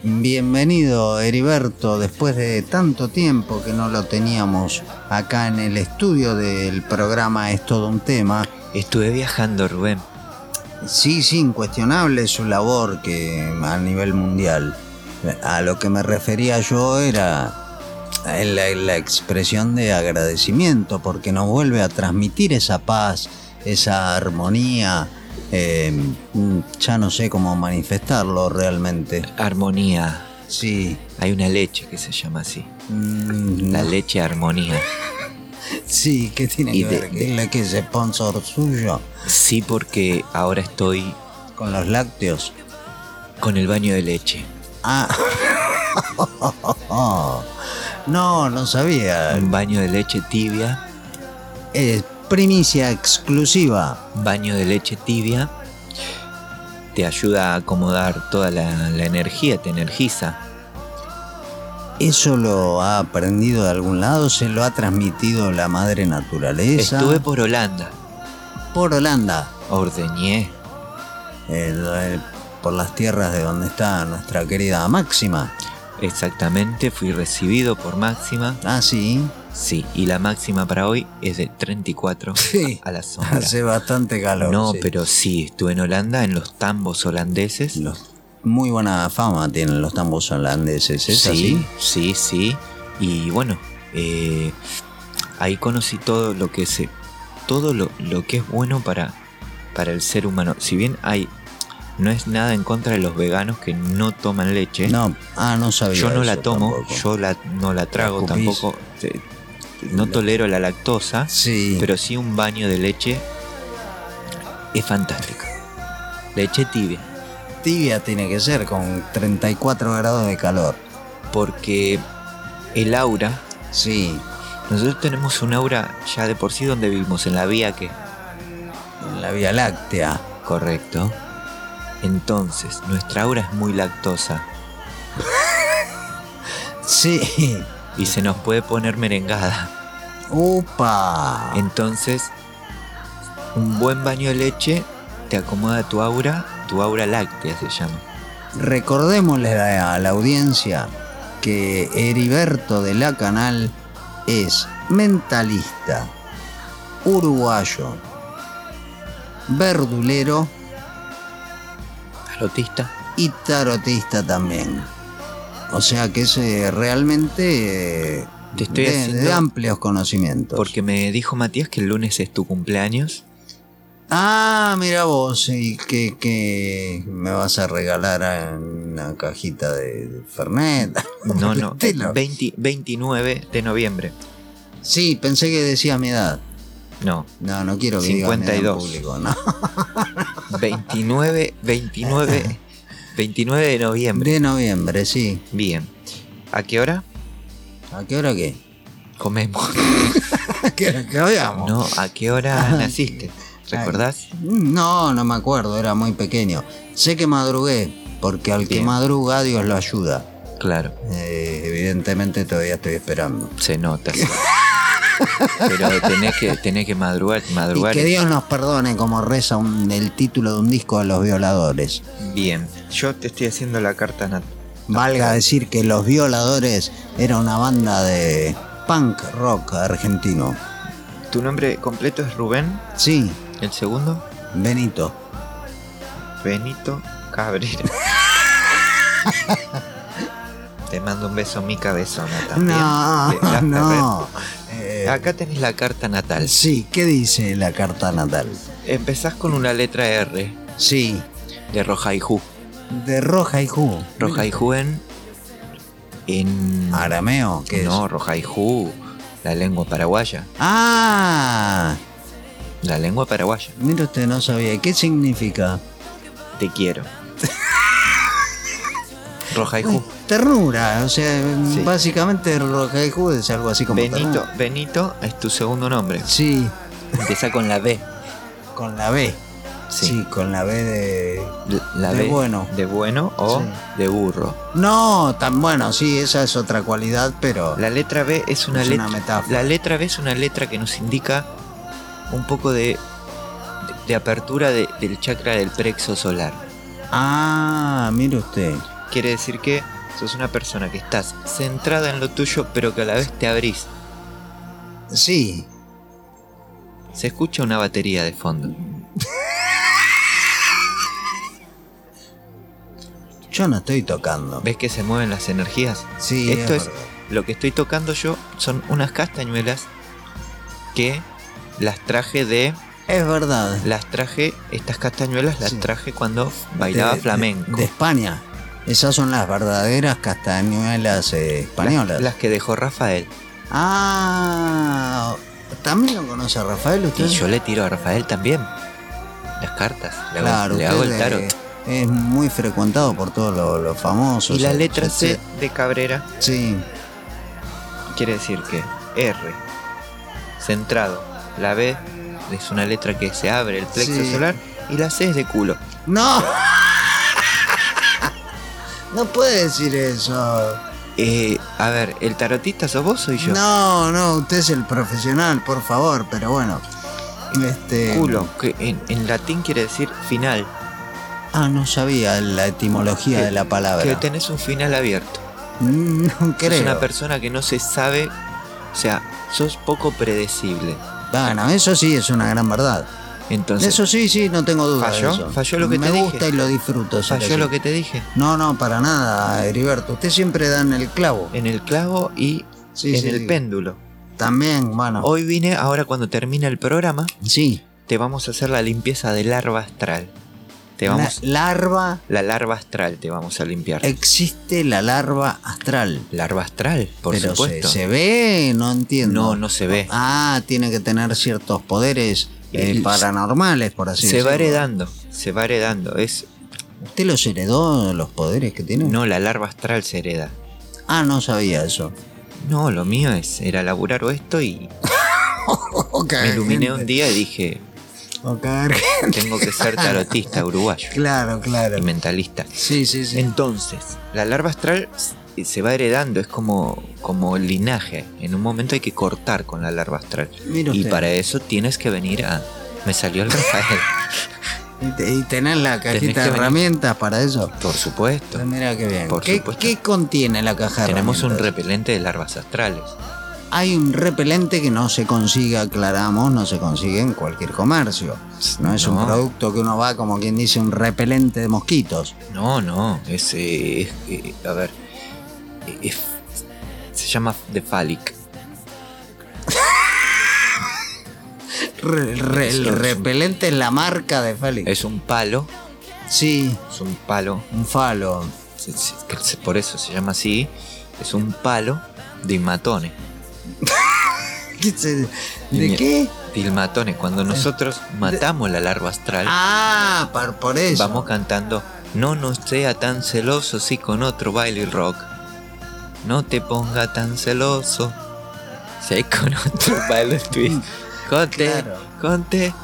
Bienvenido Heriberto, después de tanto tiempo que no lo teníamos acá en el estudio del programa Es todo un tema.
Estuve viajando, Rubén.
Sí, sí, incuestionable su labor que a nivel mundial. A lo que me refería yo era en la, en la expresión de agradecimiento, porque nos vuelve a transmitir esa paz, esa armonía. eh, mm, ya no sé cómo manifestarlo realmente.
Armonía.
Sí,
Hay una leche que se llama así.
mm,
La leche armonía.
sí, que tiene
Y
que
de-
ver que es la que es sponsor suyo
Sí, porque ahora estoy
con los lácteos.
con el baño de leche.
Ah, no, no sabía.
Un baño de leche tibia,
Es primicia exclusiva.
baño de leche tibia. Te ayuda a acomodar toda la, la energía, te energiza.
¿Eso lo ha aprendido de algún lado? ¿Se lo ha transmitido la madre naturaleza?
Estuve por Holanda,
por Holanda,
ordeñé.
el- el- por las tierras de donde está nuestra querida Máxima.
Exactamente, fui recibido por Máxima.
Ah, sí.
Sí, y la máxima para hoy es de 34
Sí.
a la sombra.
Hace bastante calor.
no,
sí.
pero sí, estuve en Holanda, en los tambos holandeses.
Los- muy buena fama tienen los tambos holandeses, ¿es
sí,
así?
sí, sí. Y bueno, eh, ahí conocí todo lo que se, todo lo, lo que es bueno para, para el ser humano. Si bien hay, no es nada en contra de los veganos que no toman leche.
No, ah, no sabía.
yo no la
eso
tomo,
tampoco.
yo la, no la trago
escupís?
tampoco. te- No tolero la lactosa,
Sí.
pero sí un baño de leche es fantástico. Leche tibia.
tibia tiene que ser, con 34 grados de calor.
Porque el aura
Sí,
Nosotros tenemos un aura ya de por sí donde vivimos, en la vía que...
la Vía Láctea.
Correcto. Entonces, nuestra aura es muy lactosa.
Sí.
y se nos puede poner merengada.
Upa.
Ah. Entonces, un buen baño de leche te acomoda tu aura, tu aura láctea se llama.
Recordémosle a la audiencia que Heriberto de la Canal es mentalista, uruguayo, verdulero
Tarotista.
y tarotista también. O sea que es eh, realmente eh,
Te estoy
de, de
haciendo-
amplios conocimientos.
Porque me dijo Matías que el lunes es tu cumpleaños.
Ah, mira vos, y que, que me vas a regalar eh, una cajita de, de Fernet.
No, eh, este no.
Estilo.
20 29 de noviembre.
Sí, pensé que decías mi edad.
No,
No, no quiero que digas mi edad en
52.
público, no.
29, 29, 29 de noviembre.
De noviembre, sí.
Bien. ¿A qué hora?
¿A qué hora qué?
Comemos.
¿A qué hora que habíamos?
No, ¿a qué hora naciste? ¿Recordás?
No, no me acuerdo, era muy pequeño. Sé que madrugué, porque al que
Bien.
madruga Dios lo ayuda.
Claro,
Eh, evidentemente todavía estoy esperando.
se nota. Pero tenés que, tenés que madrugar,
Y
madrugar.
que Dios nos perdone como reza un- el título de un disco de los violadores.
Bien. Yo te estoy haciendo la carta nat-
Valga decir que Los Violadores era una banda de punk rock argentino.
¿Tu nombre completo es Rubén?
Sí,
¿El segundo?
Benito.
Benito Cabrera. Te mando un beso, mi cabezona también. Te
No,
dejaste
no.
ver.
Eh,
Acá tenés la carta natal.
sí, ¿qué dice la carta natal?
Empezás con una letra R
Sí,
de Rojaijú.
de Roja y Ju.
Rojaijú en. En.
Arameo, ¿qué
no,
es?
Rojaijú. La lengua paraguaya.
Ah,
La lengua paraguaya.
mira usted, no sabía. ¿Qué significa?
Te quiero. Rojaijú.
Ternura, o sea,
Sí.
básicamente Roja y Ju es algo así como
Benito,
ternura.
Benito es tu segundo nombre.
Sí,
Empieza con la B.
con la B. Sí,
Sí.
con la B de...
La
De
B
bueno.
De bueno o
Sí.
de burro.
No, tan bueno, sí, esa es otra cualidad, pero...
La letra B es una
Es una
letra. La
metáfora.
letra B es una letra que nos indica un poco de, de, de apertura de- del chakra del plexo solar.
Ah, mire usted.
Quiere decir que sos una persona que estás centrada en lo tuyo, pero que a la vez te abrís.
Sí,
Se escucha una batería de fondo.
yo no estoy tocando.
¿Ves que se mueven las energías?
Sí,
Esto es,
verdad.
lo que estoy tocando yo son unas castañuelas que las traje de
Es verdad.
las traje estas castañuelas las
Sí.
traje cuando bailaba
De- de-
flamenco.
De, España. Esas son las verdaderas castañuelas eh, españolas.
Las, las que dejó Rafael.
Ah, ¿también lo conoce Rafael usted?
Y yo le tiro a Rafael también. Las cartas. Le hago,
claro,
le hago
usted
el
es-
tarot.
Es muy frecuentado por todos los los famosos.
y la
etc-
letra C de Cabrera
Sí,
quiere decir que R, centrado. La B es una letra que se abre el plexo
Sí.
solar. Y la C es de culo.
¡No! No puede decir eso.
Eh, a ver, ¿el tarotista sos vos o soy yo?
No, no, usted es el profesional, por favor, pero bueno. Este.
Culo, Eh, que en, en latín quiere decir final.
Ah, no sabía la etimología
Que-
de la palabra.
Que tenés un final abierto.
Mm, No creo.
Es una persona que no se sabe, o sea, sos poco predecible.
Bueno, eso sí es una gran verdad.
Entonces,
eso sí, sí, no tengo duda.
¿Falló?
de eso.
¿Falló lo que
Me
te dije?
gusta y lo disfruto. sí,
falló
sí.
lo que te dije.
No, no, para nada, Heriberto. Usted siempre da en el clavo.
En el clavo y
Sí,
en
sí, Ah.
el
sí.
péndulo.
También, bueno.
Hoy vine, ahora cuando termina el programa,
Sí.
te vamos a hacer la limpieza de larva astral. Te vamos.
La larva.
La, larva astral te vamos a limpiar.
Existe la larva astral.
larva astral, por
pero se,
supuesto.
se ve, no entiendo.
no, no se ve.
Ah, tiene que tener ciertos poderes eh,
El-
paranormales, por así
se
decirlo.
va heredando, se va heredando. Es.
¿Usted los heredó los poderes que tiene?
No, la larva astral se hereda.
Ah, no sabía eso.
No, lo mío es, era laburar o esto y me iluminé un día y dije, tengo que ser tarotista uruguayo
Claro, claro.
y mentalista.
Sí, sí, sí.
Entonces, la larva astral se va heredando, es como, como el linaje. En un momento hay que cortar con la larva astral.
Mire
Y
usted.
para eso tienes que venir a. Me salió el Rafael.
Y, te- y tenés la
Tenés que
cajita de
venir.
herramientas para eso.
Por supuesto.
Mira qué bien.
Por
¿Qué,
supuesto.
qué contiene la caja de
Tenemos un
herramientas?
repelente de larvas astrales.
Hay un repelente que no se consigue, aclaramos, no se consigue en cualquier comercio. No es un
No.
producto que uno va, como quien dice, un repelente de mosquitos.
No, no. Es. eh, es- eh, a ver. eh, es- se llama The Phallic.
Re- re-
Sí,
el
es un-
repelente es la marca de Félix.
Es un palo.
Sí,
Es un palo.
un falo.
se- se- que se- por eso se llama así. Es un palo de matones.
¿Qué se- ¿De qué?
Dilmatones, cuando nosotros matamos la larva astral,
Ah, par- por eso.
vamos cantando, no nos sea tan celoso si con otro baile y rock. No te ponga tan celoso si hay con otro baile twist. Conte,
Claro.
conte.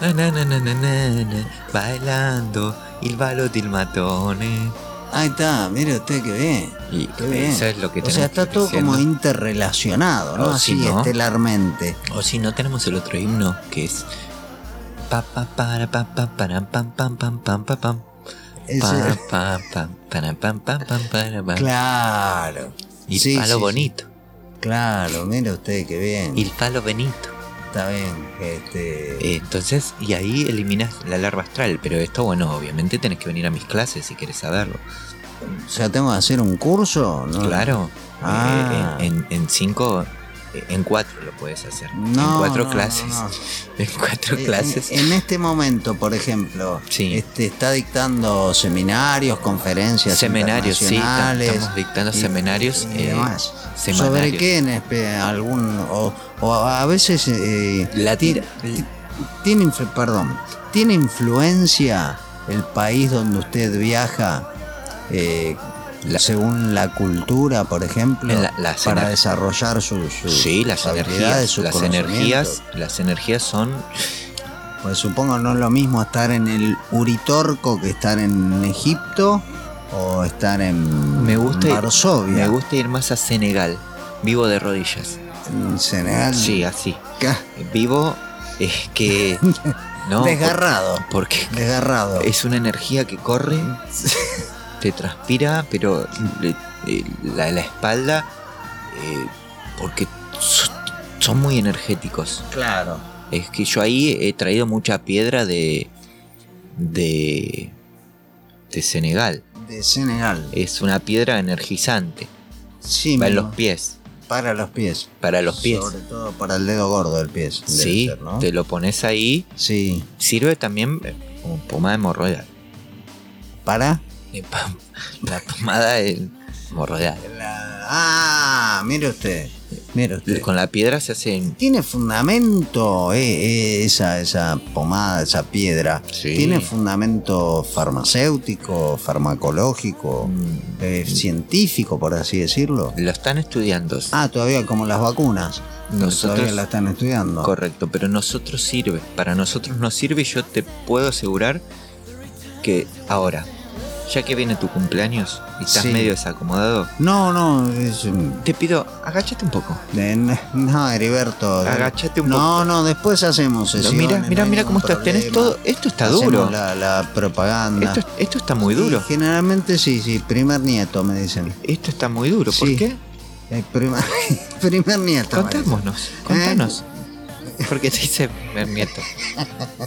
Na, na, na, na, na, na, na, bailando il ballo del matone.
Ahí está, mire usted qué bien.
Y
Qué bien.
eso es lo que
o sea,
tenemos que
está
ir
todo
haciendo.
como interrelacionado, ¿no?
Oh,
Así
sí, ¿no?
estelarmente.
O si no tenemos el otro himno que es pa pa para pa pa para pam pam pam pam pa pam
Ese-
pa pa pam para pam pam pam para pam
Claro.
y
Sí, sí,
palo
sí.
bonito
Claro, mire usted qué bien.
y el palo benito
Está bien. Este,
Eh, entonces y ahí eliminas la larva astral pero esto bueno obviamente tenés que venir a mis clases si quieres saberlo
o sea, tengo que hacer un curso. ¿no?
claro
Ah.
Eh, en, en cinco eh, en cuatro lo puedes hacer
No,
en cuatro
no, no,
clases
no.
en cuatro
Eh,
clases
En, en este momento, por ejemplo,
Sí.
este, está dictando seminarios, conferencias.
Seminarios, sí,
internacionales
estamos dictando
y-
seminarios,
y
eh,
demás.
semanarios.
¿Sobre qué? En espe- algún, o, o a veces. eh,
La
ti-
tira-
ti- Tiene, influ- perdón, ¿tiene influencia el país donde usted viaja eh, según la cultura, por ejemplo,
En la- las
para
ener-
desarrollar sus, sus
sí las
habilidades,
energías
sus
las
conocimientos?
energías las energías son
Pues supongo no es lo mismo estar en el Uritorco que estar en Egipto o estar en
Me gusta,
Varsovia,
me gusta ir más a Senegal. Vivo de rodillas.
en Senegal.
Sí, así.
Ca-
Vivo es que. No, por-
desgarrado,
porque
desgarrado.
es una energía que corre, te transpira, pero le- eh, la, la espalda. eh, porque so- son muy energéticos.
claro.
Es que yo ahí he traído mucha piedra de. de. de Senegal.
De Senegal.
Es una piedra energizante.
Sí,
Va en
me-
los pies.
para los pies.
Para los pies.
Sobre todo para el dedo gordo del pie. debe
Sí,
ser, ¿no?
te lo pones ahí.
Sí.
Sirve también eh, como pomada hemorroidal.
Para
Eh, pa- La pomada de hemorroidal.
la- Ah, mire usted. Mire usted.
Con la piedra se hace.
Tiene fundamento eh, eh, esa, esa pomada, esa piedra.
Sí.
Tiene fundamento farmacéutico, farmacológico,
mm,
eh, científico, por así decirlo.
Lo están estudiando.
Ah, todavía como las vacunas.
Nosotros-
todavía la están estudiando.
Correcto, pero nosotros sirve. Para nosotros no sirve y yo te puedo asegurar que ahora, ya que viene tu cumpleaños y estás
Sí.
medio desacomodado,
No, no, es, un-
te pido, agáchate un poco.
eh, n- no, Heriberto. eh,
Agachate un
No, no, después hacemos
No,
eso.
mira, mira, mira cómo estás. Tenés todo. Esto está duro.
La, la propaganda.
Esto, esto está muy
Sí,
duro.
generalmente sí, sí, primer nieto me dicen.
Esto está muy duro. ¿Por
Sí.
qué?
El primer, primer nieto.
Contámonos, contanos.
¿Eh?
Porque te dice primer nieto.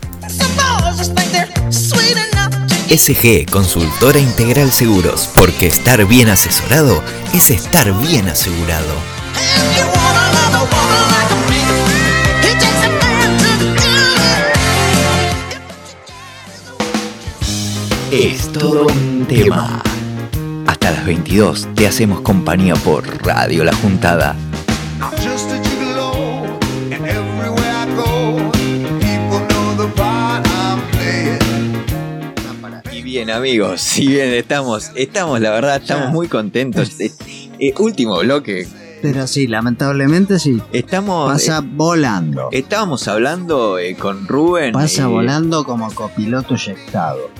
SG Consultora Integral Seguros, porque estar bien asesorado es estar bien asegurado.
Es todo un tema. Hasta las 22 te hacemos compañía por Radio La Juntada.
I'm just a gigolo, and everywhere I go, people know the part I'm playing.
Y bien amigos, si bien estamos, estamos la verdad, estamos muy contentos. Eh, eh, último bloque.
Pero sí, lamentablemente sí.
Estamos,
Pasa volando.
eh, estábamos hablando eh, con Rubén.
Pasa
eh,
volando como copiloto eyectado.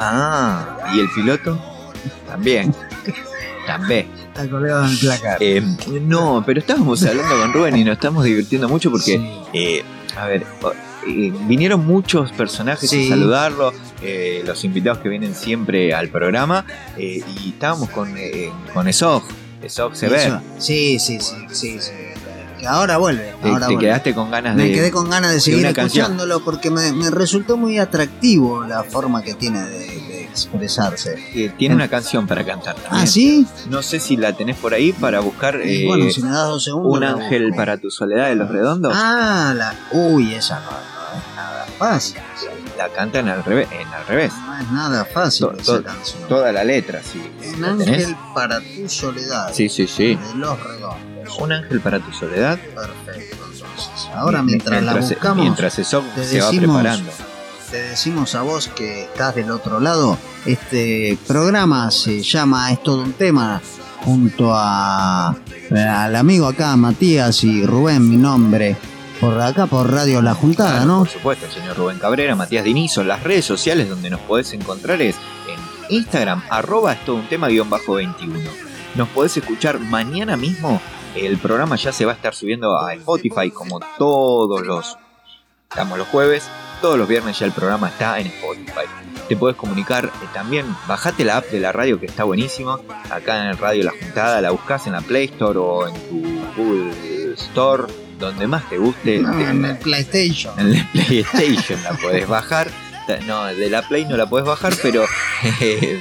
Ah, ¿y el piloto? También. También.
Está colgado en el placar.
Eh, no, pero estábamos hablando con Rubén y nos estamos divirtiendo mucho porque, eh, a ver, o- eh, vinieron muchos personajes
Sí.
a saludarlo, eh, los invitados que vienen siempre al programa, eh, y estábamos con, eh, con Esov, Esov se ve.
Eso- Sí, sí, sí, sí, sí. Que ahora vuelve.
Te,
ahora
te
vuelve.
quedaste con ganas
Me
de.
quedé con ganas de seguir
una canción.
escuchándolo porque me, me resultó muy atractivo la forma que tiene de, de expresarse.
eh, tiene una canción para cantar también.
Ah, ¿sí?
No sé si la tenés por ahí para buscar
Y
eh,
bueno, si me das dos segundos.
Un
la
ángel
busco.
para tu soledad de los redondos.
Ah, la... Uy, esa no, no es nada fácil. esa
La cantan al revés, en al revés.
No es nada fácil
To-
esa
to-
canción.
Toda la letra, sí.
Un
¿La tenés?
ángel para tu soledad.
Sí, sí, sí.
De los redondos.
Un ángel para tu soledad.
Perfecto. Entonces, ahora mientras, la buscamos,
mientras eso
te
se va
decimos-
preparando.
te decimos a vos que estás del otro lado. Este programa se llama Es todo un tema. Junto a, eh, al amigo acá, Matías y Rubén, mi nombre. Por acá, por Radio La Juntada,
Claro,
¿no?
Por supuesto, el señor Rubén Cabrera, Matías Dinizo, las redes sociales donde nos podés encontrar es en Instagram, arroba es todo un tema guión bajo 21. Nos podés escuchar mañana mismo. El programa ya se va a estar subiendo a Spotify como todos los. Estamos los jueves, todos los viernes ya el programa está en Spotify. Te podés comunicar eh, también, bajate la app de la radio que está buenísimo. Acá en el Radio La Juntada, la buscas en la Play Store o en tu Google Store, donde más te guste.
No,
Te-
en el PlayStation.
en la PlayStation la podés bajar. Ta- No, de la Play no la podés bajar, pero eh,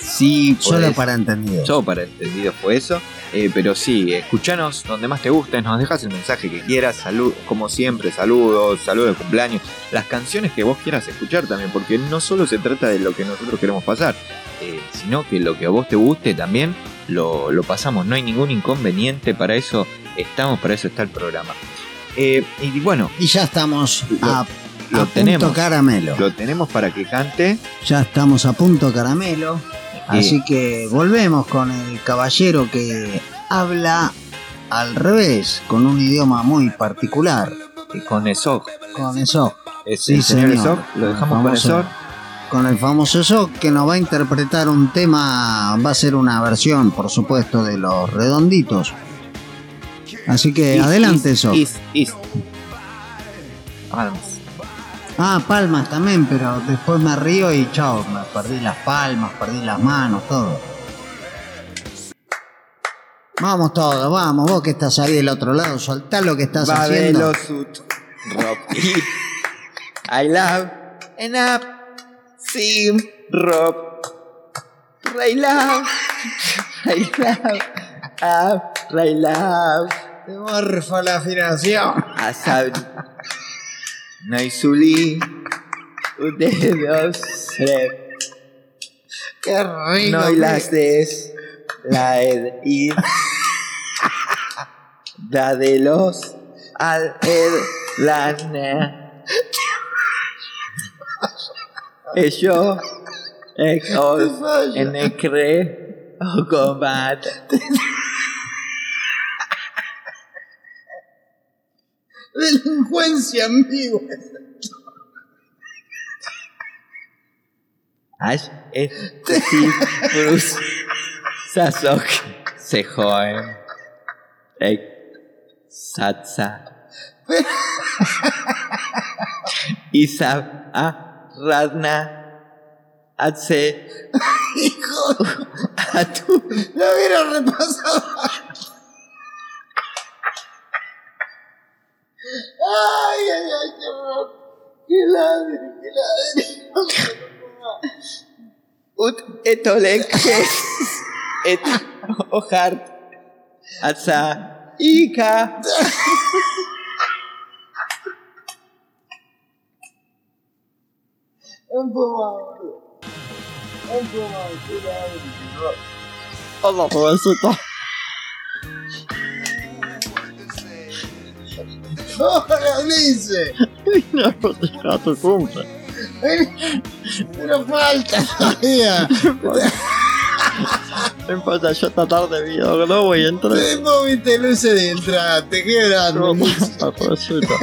sí,
Solo
podés-
para entender.
solo para entendidos fue eso. Eh, pero sí, escuchanos donde más te guste, nos dejas el mensaje que quieras, salud, como siempre, saludos, saludos de cumpleaños, las canciones que vos quieras escuchar también, porque no solo se trata de lo que nosotros queremos pasar, eh, sino que lo que a vos te guste también lo, lo pasamos, no hay ningún inconveniente, para eso estamos, para eso está el programa. Eh, y bueno,
Y ya estamos
Lo-
a,
lo
a punto
tenemos.
caramelo.
Lo tenemos para que cante.
Ya estamos a punto caramelo.
Eh,
Así que volvemos con el caballero que habla al revés, con un idioma muy particular.
y con eso.
Con eso.
Es
Sí,
el señor
señor.
Esoc, lo dejamos con
Famoso.
Esoc.
Con el famoso Eso que nos va a interpretar un tema, va a ser una versión, por supuesto, de los redonditos. Así que
Is,
adelante,
is,
Eso.
is, is. Vamos.
Ah, palmas también, pero después me río y chao, me perdí las palmas, perdí las manos, todo. Vamos todos, vamos, vos que estás ahí del otro lado, soltá lo que estás haciendo.
suit. Rocky. I love and up. Sim. Rob. I love. I love. Up. I love.
Te morfa la afinación.
Asad. Naisuli. Ustedes dos. tres.
Qué rico.
No las des, la ed id, da de los al ed la ne. Ello, ecos, en el cre, o combat.
Delincuencia, amigo.
Ash es Steve Bruce Sasok Sejoen Ek Satsa Isab A ah, Radna Atse Hijo Atu
Lo hubiera repasado. Ay, ay, ay, qué horror. Qué ladre, qué ladre.
ut etolekes et ohart atza ika
Un poco más, boludo. Un poco más, qué ladre, qué horror.
Allah basuta
Ahora lo hice.
no pues, protejato kumra
Pero falta todavía.
empata yo esta tarde vi el globo y entré
Te moviste luces de entrante, qué grande.
Allah basuta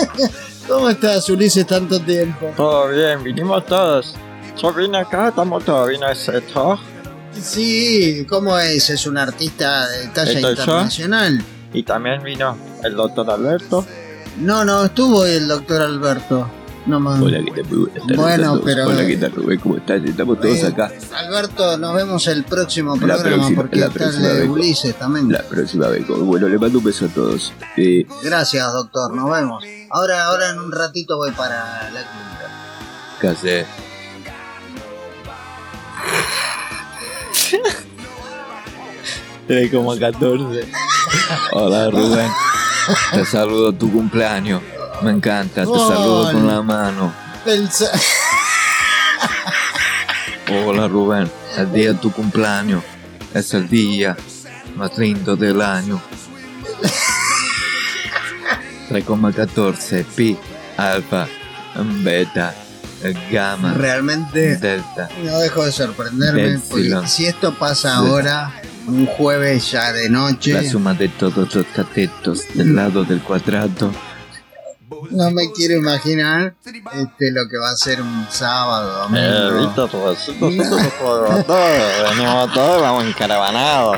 ¿Cómo estás, Ulises, tanto tiempo?
todo bien vinimos todos yo vine acá estamos todos vino ese toj
Sí, ¿cómo es? Es un artista de talla
¿Estoy yo?
internacional.
y también vino el doctor Alberto
No, no, estuvo el doctor Alberto. No más.
¿qué te pude?
Ah. Bueno, pero-
tal Rubén? ¿Cómo estás? Estamos
Eh, Alberto, nos vemos el próximo programa
próxima-
porque
la
está el
próxima
de
vez.
Ulises también.
próxima vez. Bueno, le mando un beso a todos. Eh,
Gracias, doctor, nos vemos. Ahora, ahora en un ratito voy para la clínica.
¿Qué hace? Tiene como 14.
Hola Rubén, te saludo tu cumpleaños. Me encanta, te saludo con la mano.
El sa-
Hola Rubén, el día de tu cumpleaños es el día más lindo del año. 3,14 pi, alfa, beta, gamma,
Realmente
delta.
no dejo de sorprenderme porque
Epsilon.
si esto pasa ahora, un jueves ya de
La
noche,
suma de todos los catetos del lado del cuadrado.
no me quiero imaginar este, lo que va a ser un sábado,
Eh,
domingo.
Víctor, nosotros somos como todos. Venimos todos, vamos encaravanados.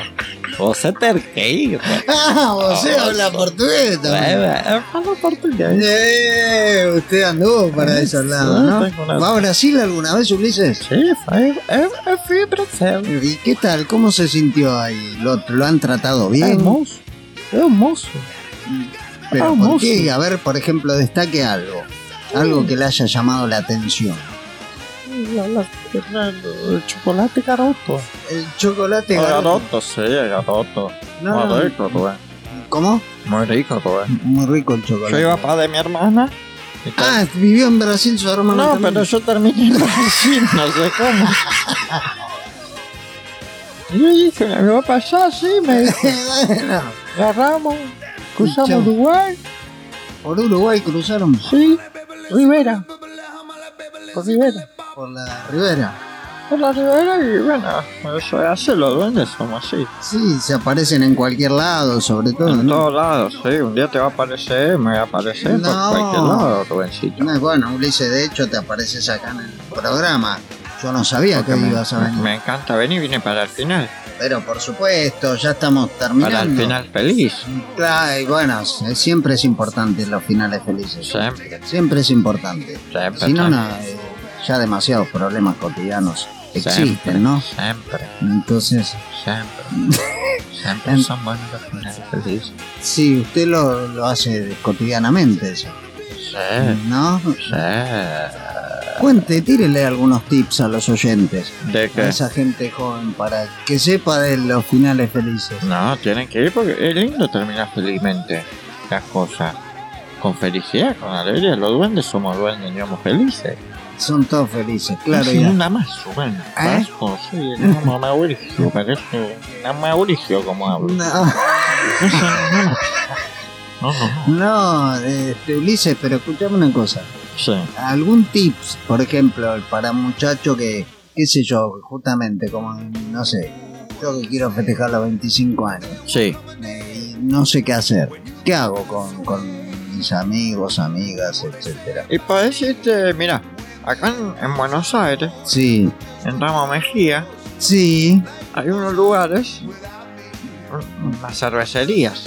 Vos se que ir.
Ah, vos
Ah,
habla
eso.
portugués
eh,
también.
Hermano portugués.
Eh, usted anduvo para esos lados,
Tengo
¿no?
una-
¿Va a Brasil alguna vez, Ulises?
Sí, fue- eh, eh, fui a Brasil.
¿Y qué tal? ¿Cómo se sintió ahí? ¿Lo, lo han tratado bien?
Hermoso. Hermoso.
Pero ¿por
hermoso.
qué? A ver, por ejemplo, destaque algo. Algo que le haya llamado la atención.
La- la- la- el chocolate garoto.
El chocolate
Ah,
garoto.
garoto, sí, el garoto.
No, no,
Muy rico, Rubén.
¿Cómo?
Muy rico, Rubén.
Muy rico el
Yo
chocolate.
iba para de mi hermana. y te-
Ah, vivió en Brasil su hermano.
no,
también.
pero yo terminé en Brasil, no sé cómo. Y Yo dije, me voy para allá, sí, me dijo.
Bueno,
agarramos,
Chao.
cruzamos Uruguay,
por Uruguay cruzaron
sí, Rivera, por Rivera,
por la ribera.
por la Rivera y bueno, eso es así, los duendes somos así.
Sí, se aparecen en cualquier lado, sobre todo.
En
¿no?
todos lados, sí. Un día te va a aparecer, me va a aparecer
No.
por cualquier lado, Rubéncito.
No, Bueno, Ulises, de hecho, te apareces acá en el programa. Yo no sabía
Porque
que
me,
ibas a venir.
me encanta venir, vine para el final.
Pero por supuesto, ya estamos
Para el
terminando.
final feliz.
Claro, y bueno, eh, siempre es importante los finales felices.
Siempre,
Siempre es importante.
siempre.
Si no,
siempre,
no, eh, ya demasiados problemas cotidianos
siempre,
existen, ¿no?
Siempre,
Entonces,
siempre. Siempre
En-
son buenos los finales felices.
sí, usted lo, lo hace cotidianamente eso,
Sí,
¿no?
sí.
Cuente, tírele algunos tips a los oyentes,
¿De
a
qué?
esa gente joven, para que sepa de los finales felices.
No, tienen que ir porque es lindo terminar felizmente las cosas. Con felicidad, con alegría. Los duendes somos duendes, digamos, felices.
Son todos felices, claro.
Sin
ya. ¿Eh?
nada más, bueno, Vasco, sí, no, Mauricio, parece a Mauricio como hablo. No,
No,
no, no,
no, este, Ulises, pero escuchame una cosa.
sí,
algún tips, por ejemplo, para un muchacho que, qué sé yo, justamente como, no sé, yo que quiero festejar los 25 años,
sí.
eh, y no sé qué hacer, ¿qué hago con, con mis amigos, amigas, etcétera?
Y para decirte, mira, acá en, en Buenos Aires,
Sí,
en en Ramo Mejía,
Sí,
hay unos lugares, unas cervecerías.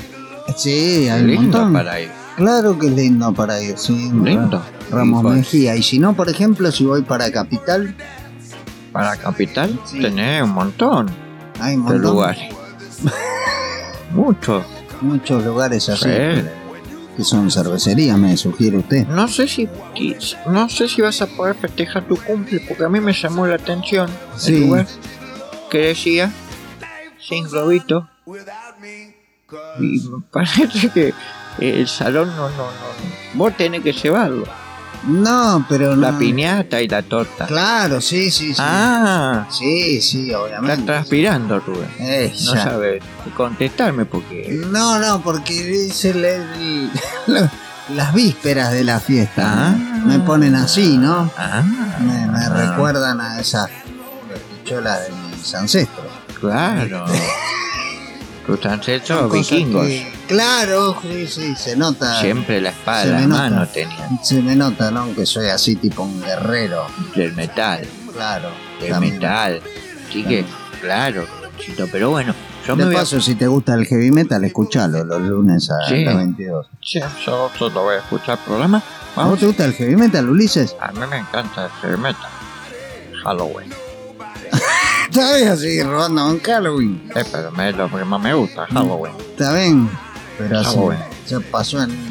sí, hay un
Lindo
montón.
para ir.
Claro que es lindo para ir, sí.
Lindo.
Ramos
Y con-
Mejía. Y si no, por ejemplo, si voy para Capital,
Para Capital tenés un montón
hay un
de
montón,
lugares. Muchos.
muchos lugares así
Sí.
que son cervecerías, me sugiere usted.
No sé si no sé si vas a poder festejar tu cumple porque a mí me llamó la atención
Sí.
el lugar que decía sin globito y me parece que el salón no no no vos tenés que llevarlo
No, pero
la
no.
piñata y la torta
Ah. Claro, sí, sí, sí.
ah
Sí, sí,
está
obviamente.
transpirando Rubén
Eh,
no
ya.
sabes contestarme porque
No, no, porque es el- el- las vísperas de la fiesta. ¿no? Me ponen así, ¿no?
ah
Me, me recuerdan a esas picholas de mis ancestros.
claro tus ancestros
Cosas
vikingos
que- claro, sí, sí, se nota.
siempre la espada
Se
en
me
la
nota.
mano tenían
Se me nota, ¿no? Que soy así tipo un guerrero.
del metal
Claro.
de
también.
metal. Así que, claro, chito, pero bueno, yo me
De
voy a...
paso, si te gusta el heavy metal, escuchalo los lunes a
Sí.
las 22.
Sí, yo solo voy a escuchar el programa.
¿A vos
Vamos.
te gusta el heavy metal, Ulises?
A mí me encanta el heavy metal. Halloween.
Está bien, así, rodando con Halloween.
Eh, pero me, lo que más me gusta,
Mm.
Halloween.
Está bien. Pero así,
Halloween.
ya pasó en... en-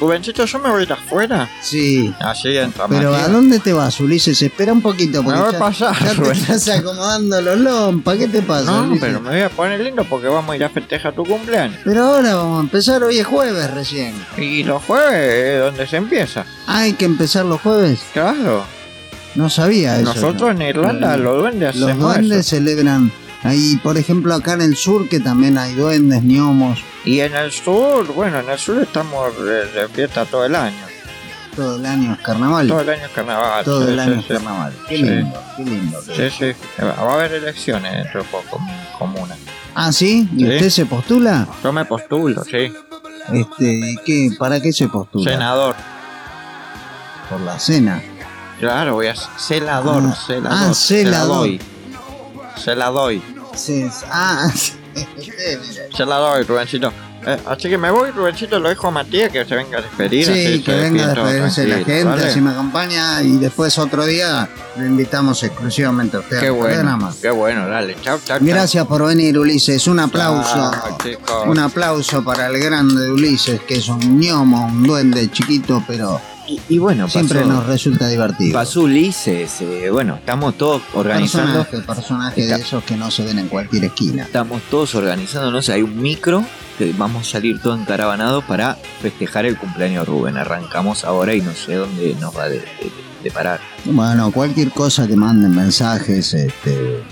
Rubencito, yo me voy a ir afuera.
Sí.
Así entra
Pero ¿a
Matías.
dónde te vas, Ulises? Espera un poquito.
Me
Porque
voy a
ya-
pasar,
Ya te
Rubén.
estás acomodando los lompas. ¿Qué te pasa,
No,
Ulises?
pero me voy a poner lindo porque vamos a ir a festejar tu cumpleaños.
Pero ahora vamos a empezar. Hoy es jueves recién.
Y los jueves es donde se empieza.
Hay que empezar los jueves.
Claro.
No sabía eso.
Nosotros en Irlanda
Eh,
los duendes
Los
hacemos
duendes
eso.
celebran. Ahí, por ejemplo, acá en el sur, que también hay duendes, gnomos,
Y en el sur, bueno, en el sur estamos de, de fiesta todo el año.
todo el año es carnaval.
Todo el año es carnaval.
Todo
Sí,
el año es
sí, sí.
carnaval. Qué
Sí.
lindo, qué lindo. que
Sí,
es.
sí. Va a haber elecciones dentro de poco, comunas.
Ah, ¿sí? ¿Y
Sí.
usted se postula?
Yo me postulo, sí.
Este, ¿y ¿qué, ¿Para qué se postula?
Senador.
Por la cena.
Claro, voy a ser celador,
Ah,
celador.
ah,
Se la
celador.
doy. Se la doy.
Se- ah, sí, mira.
Se la doy, Rubencito. Eh, así que me voy, Rubencito, lo dejo a Matías que se venga a despedir.
sí,
así se
que venga a
despide todo
despedirse la
tranquilo,
gente,
¿vale?
así me acompaña y después otro día le invitamos exclusivamente a usted.
Qué
al
bueno,
programa.
qué bueno, dale. Chao, chao. chao.
Gracias por venir, Ulises. Un aplauso.
Ah,
Chao, chicos.
Un aplauso para el grande Ulises, que es un gnomo, un duende chiquito, pero
Y, y bueno,
siempre
pasó,
nos resulta divertido.
pasó Ulises. eh, bueno, estamos todos organizando.
Personaje, personaje de
Está-
esos que no se ven en cualquier esquina.
Estamos todos organizándonos. Hay un micro que vamos a salir todo encarabanado para festejar el cumpleaños de Rubén. Arrancamos ahora y no sé dónde nos va de, de- de parar.
Bueno, cualquier cosa que manden mensajes, este.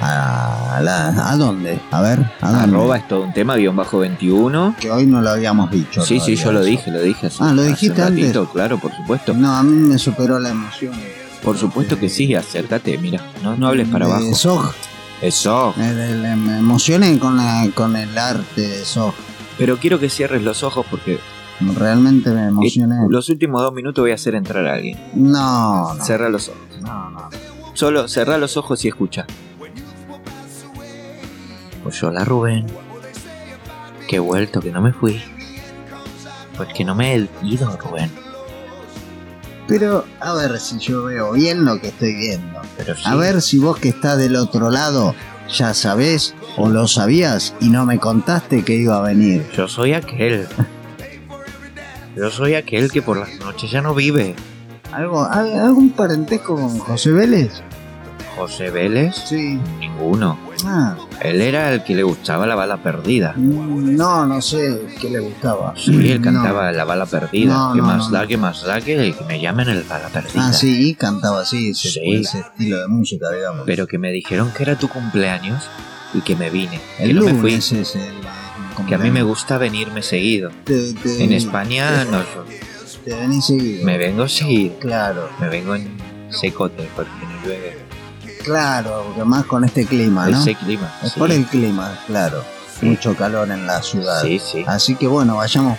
¿A, la- ¿a dónde? A ver, ¿a dónde?
Arroba es todo un tema, guión bajo 21.
Que hoy no lo habíamos dicho.
sí, sí,
todavía
yo lo
eso.
dije, lo dije hace,
Ah, ¿lo
hace
dijiste
un ratito,
antes?
claro, por supuesto.
No, a mí me superó la emoción.
Por supuesto que sí, acércate, mira, no, no hables para
De
abajo.
Zog.
Eso.
Eh, de- de- me emocioné con, la, con el arte de Zog.
Pero quiero que cierres los ojos porque eh,
Realmente me emocioné.
los últimos dos minutos voy a hacer entrar a alguien.
No, no.
Cerra los ojos.
no, no.
Solo cerra los ojos y escucha. Pues hola Rubén. Que he vuelto, que no me fui. Pues que no me he ido, Rubén.
Pero a ver si yo veo bien lo que estoy viendo.
Pero sí.
A ver si vos que estás del otro lado ya sabés o lo sabías y no me contaste que iba a venir.
Yo soy aquel. Yo soy aquel que por las noches ya no vive.
¿Algo, al- ¿Algún parentesco con José Vélez?
José Vélez,
Sí.
ninguno.
Ah,
Él era el que le gustaba la bala perdida.
mm, no, no sé qué le gustaba.
Sí, él
No.
cantaba la bala perdida.
No,
que
no,
más
no.
da, que más da, que, que me llamen el bala perdida.
Ah, sí, cantaba así, ese,
Sí.
ese estilo de música, digamos.
Pero que me dijeron que era tu cumpleaños y que me vine. Que
el
no me fui.
lunes es el,
Que a mí me gusta venirme seguido.
te, te-
En España no,
Te venís seguido.
me vengo seguido.
Claro,
Me vengo en secote porque no llueve.
claro, porque más con este clima, ¿no?
Ese clima.
Es
sí.
por el clima, claro. mucho calor en la ciudad.
Sí, sí.
Así que bueno, vayamos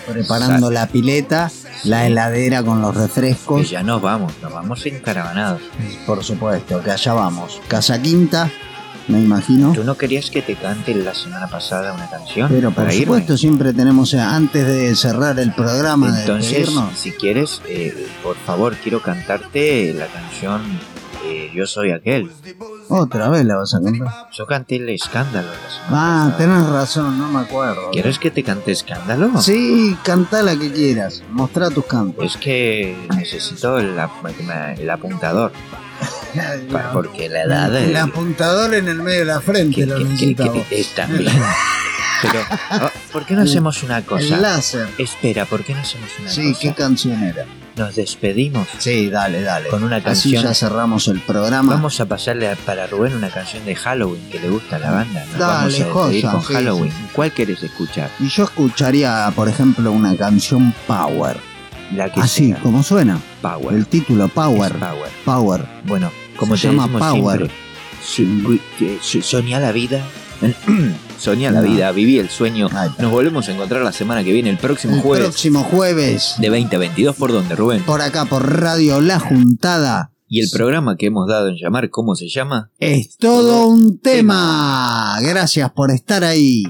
Exacto.
preparando la pileta, la heladera con los
Que
refrescos.
ya nos vamos, nos vamos encaravanados.
Por supuesto, que allá vamos. Casa Quinta, me imagino.
¿Tú no querías que te cante la semana pasada una
ah,
canción?
Pero por
para irme?
supuesto siempre tenemos, eh, antes de cerrar el programa, de
Entonces,
despedirnos,
si quieres, eh, por favor, quiero cantarte la canción eh, Yo soy aquel.
otra vez la vas a cantar.
Yo canté el escándalo la semana
Ah,
pasada.
tenés razón, no me acuerdo.
¿Quieres que te cante escándalo?
Sí, canta la que quieras, mostrá tus cantos.
Es que necesito el, ap- el apuntador, pa- porque Pues, la edad eh.
El
es-
apuntador en el medio de la frente lo
que- que-
necesitamos.
que- es también. Pero, oh, ¿por qué no hacemos una cosa?
El láser.
Espera, ¿por qué no hacemos una
Sí,
cosa?
qué canción era.
Nos despedimos
Sí, dale, dale.
con una
Así
canción.
ya cerramos el programa.
Vamos a pasarle a- para Rubén una canción de Halloween que le gusta a la banda. Nos
Dale,
vamos a despedir
joya,
con
sí,
Halloween.
sí,
¿Cuál quieres escuchar?
Y yo escucharía, por ejemplo, una canción Power.
La que
Así,
sea.
como suena.
Power.
Ah, El título
Es
Power.
Power.
Power.
Bueno, como
Se
te
llama
decimos
Power.
siempre, so- so- soñá la vida. soñá la vida, viví el sueño.
Ahí
Nos volvemos a encontrar la semana que viene, el próximo
El
jueves
próximo jueves,
de 20 a 22. ¿Por dónde, Rubén?
por acá, por Radio La Juntada,
Y el programa que hemos dado en llamar, ¿cómo se llama?
es todo un tema. Gracias por estar ahí.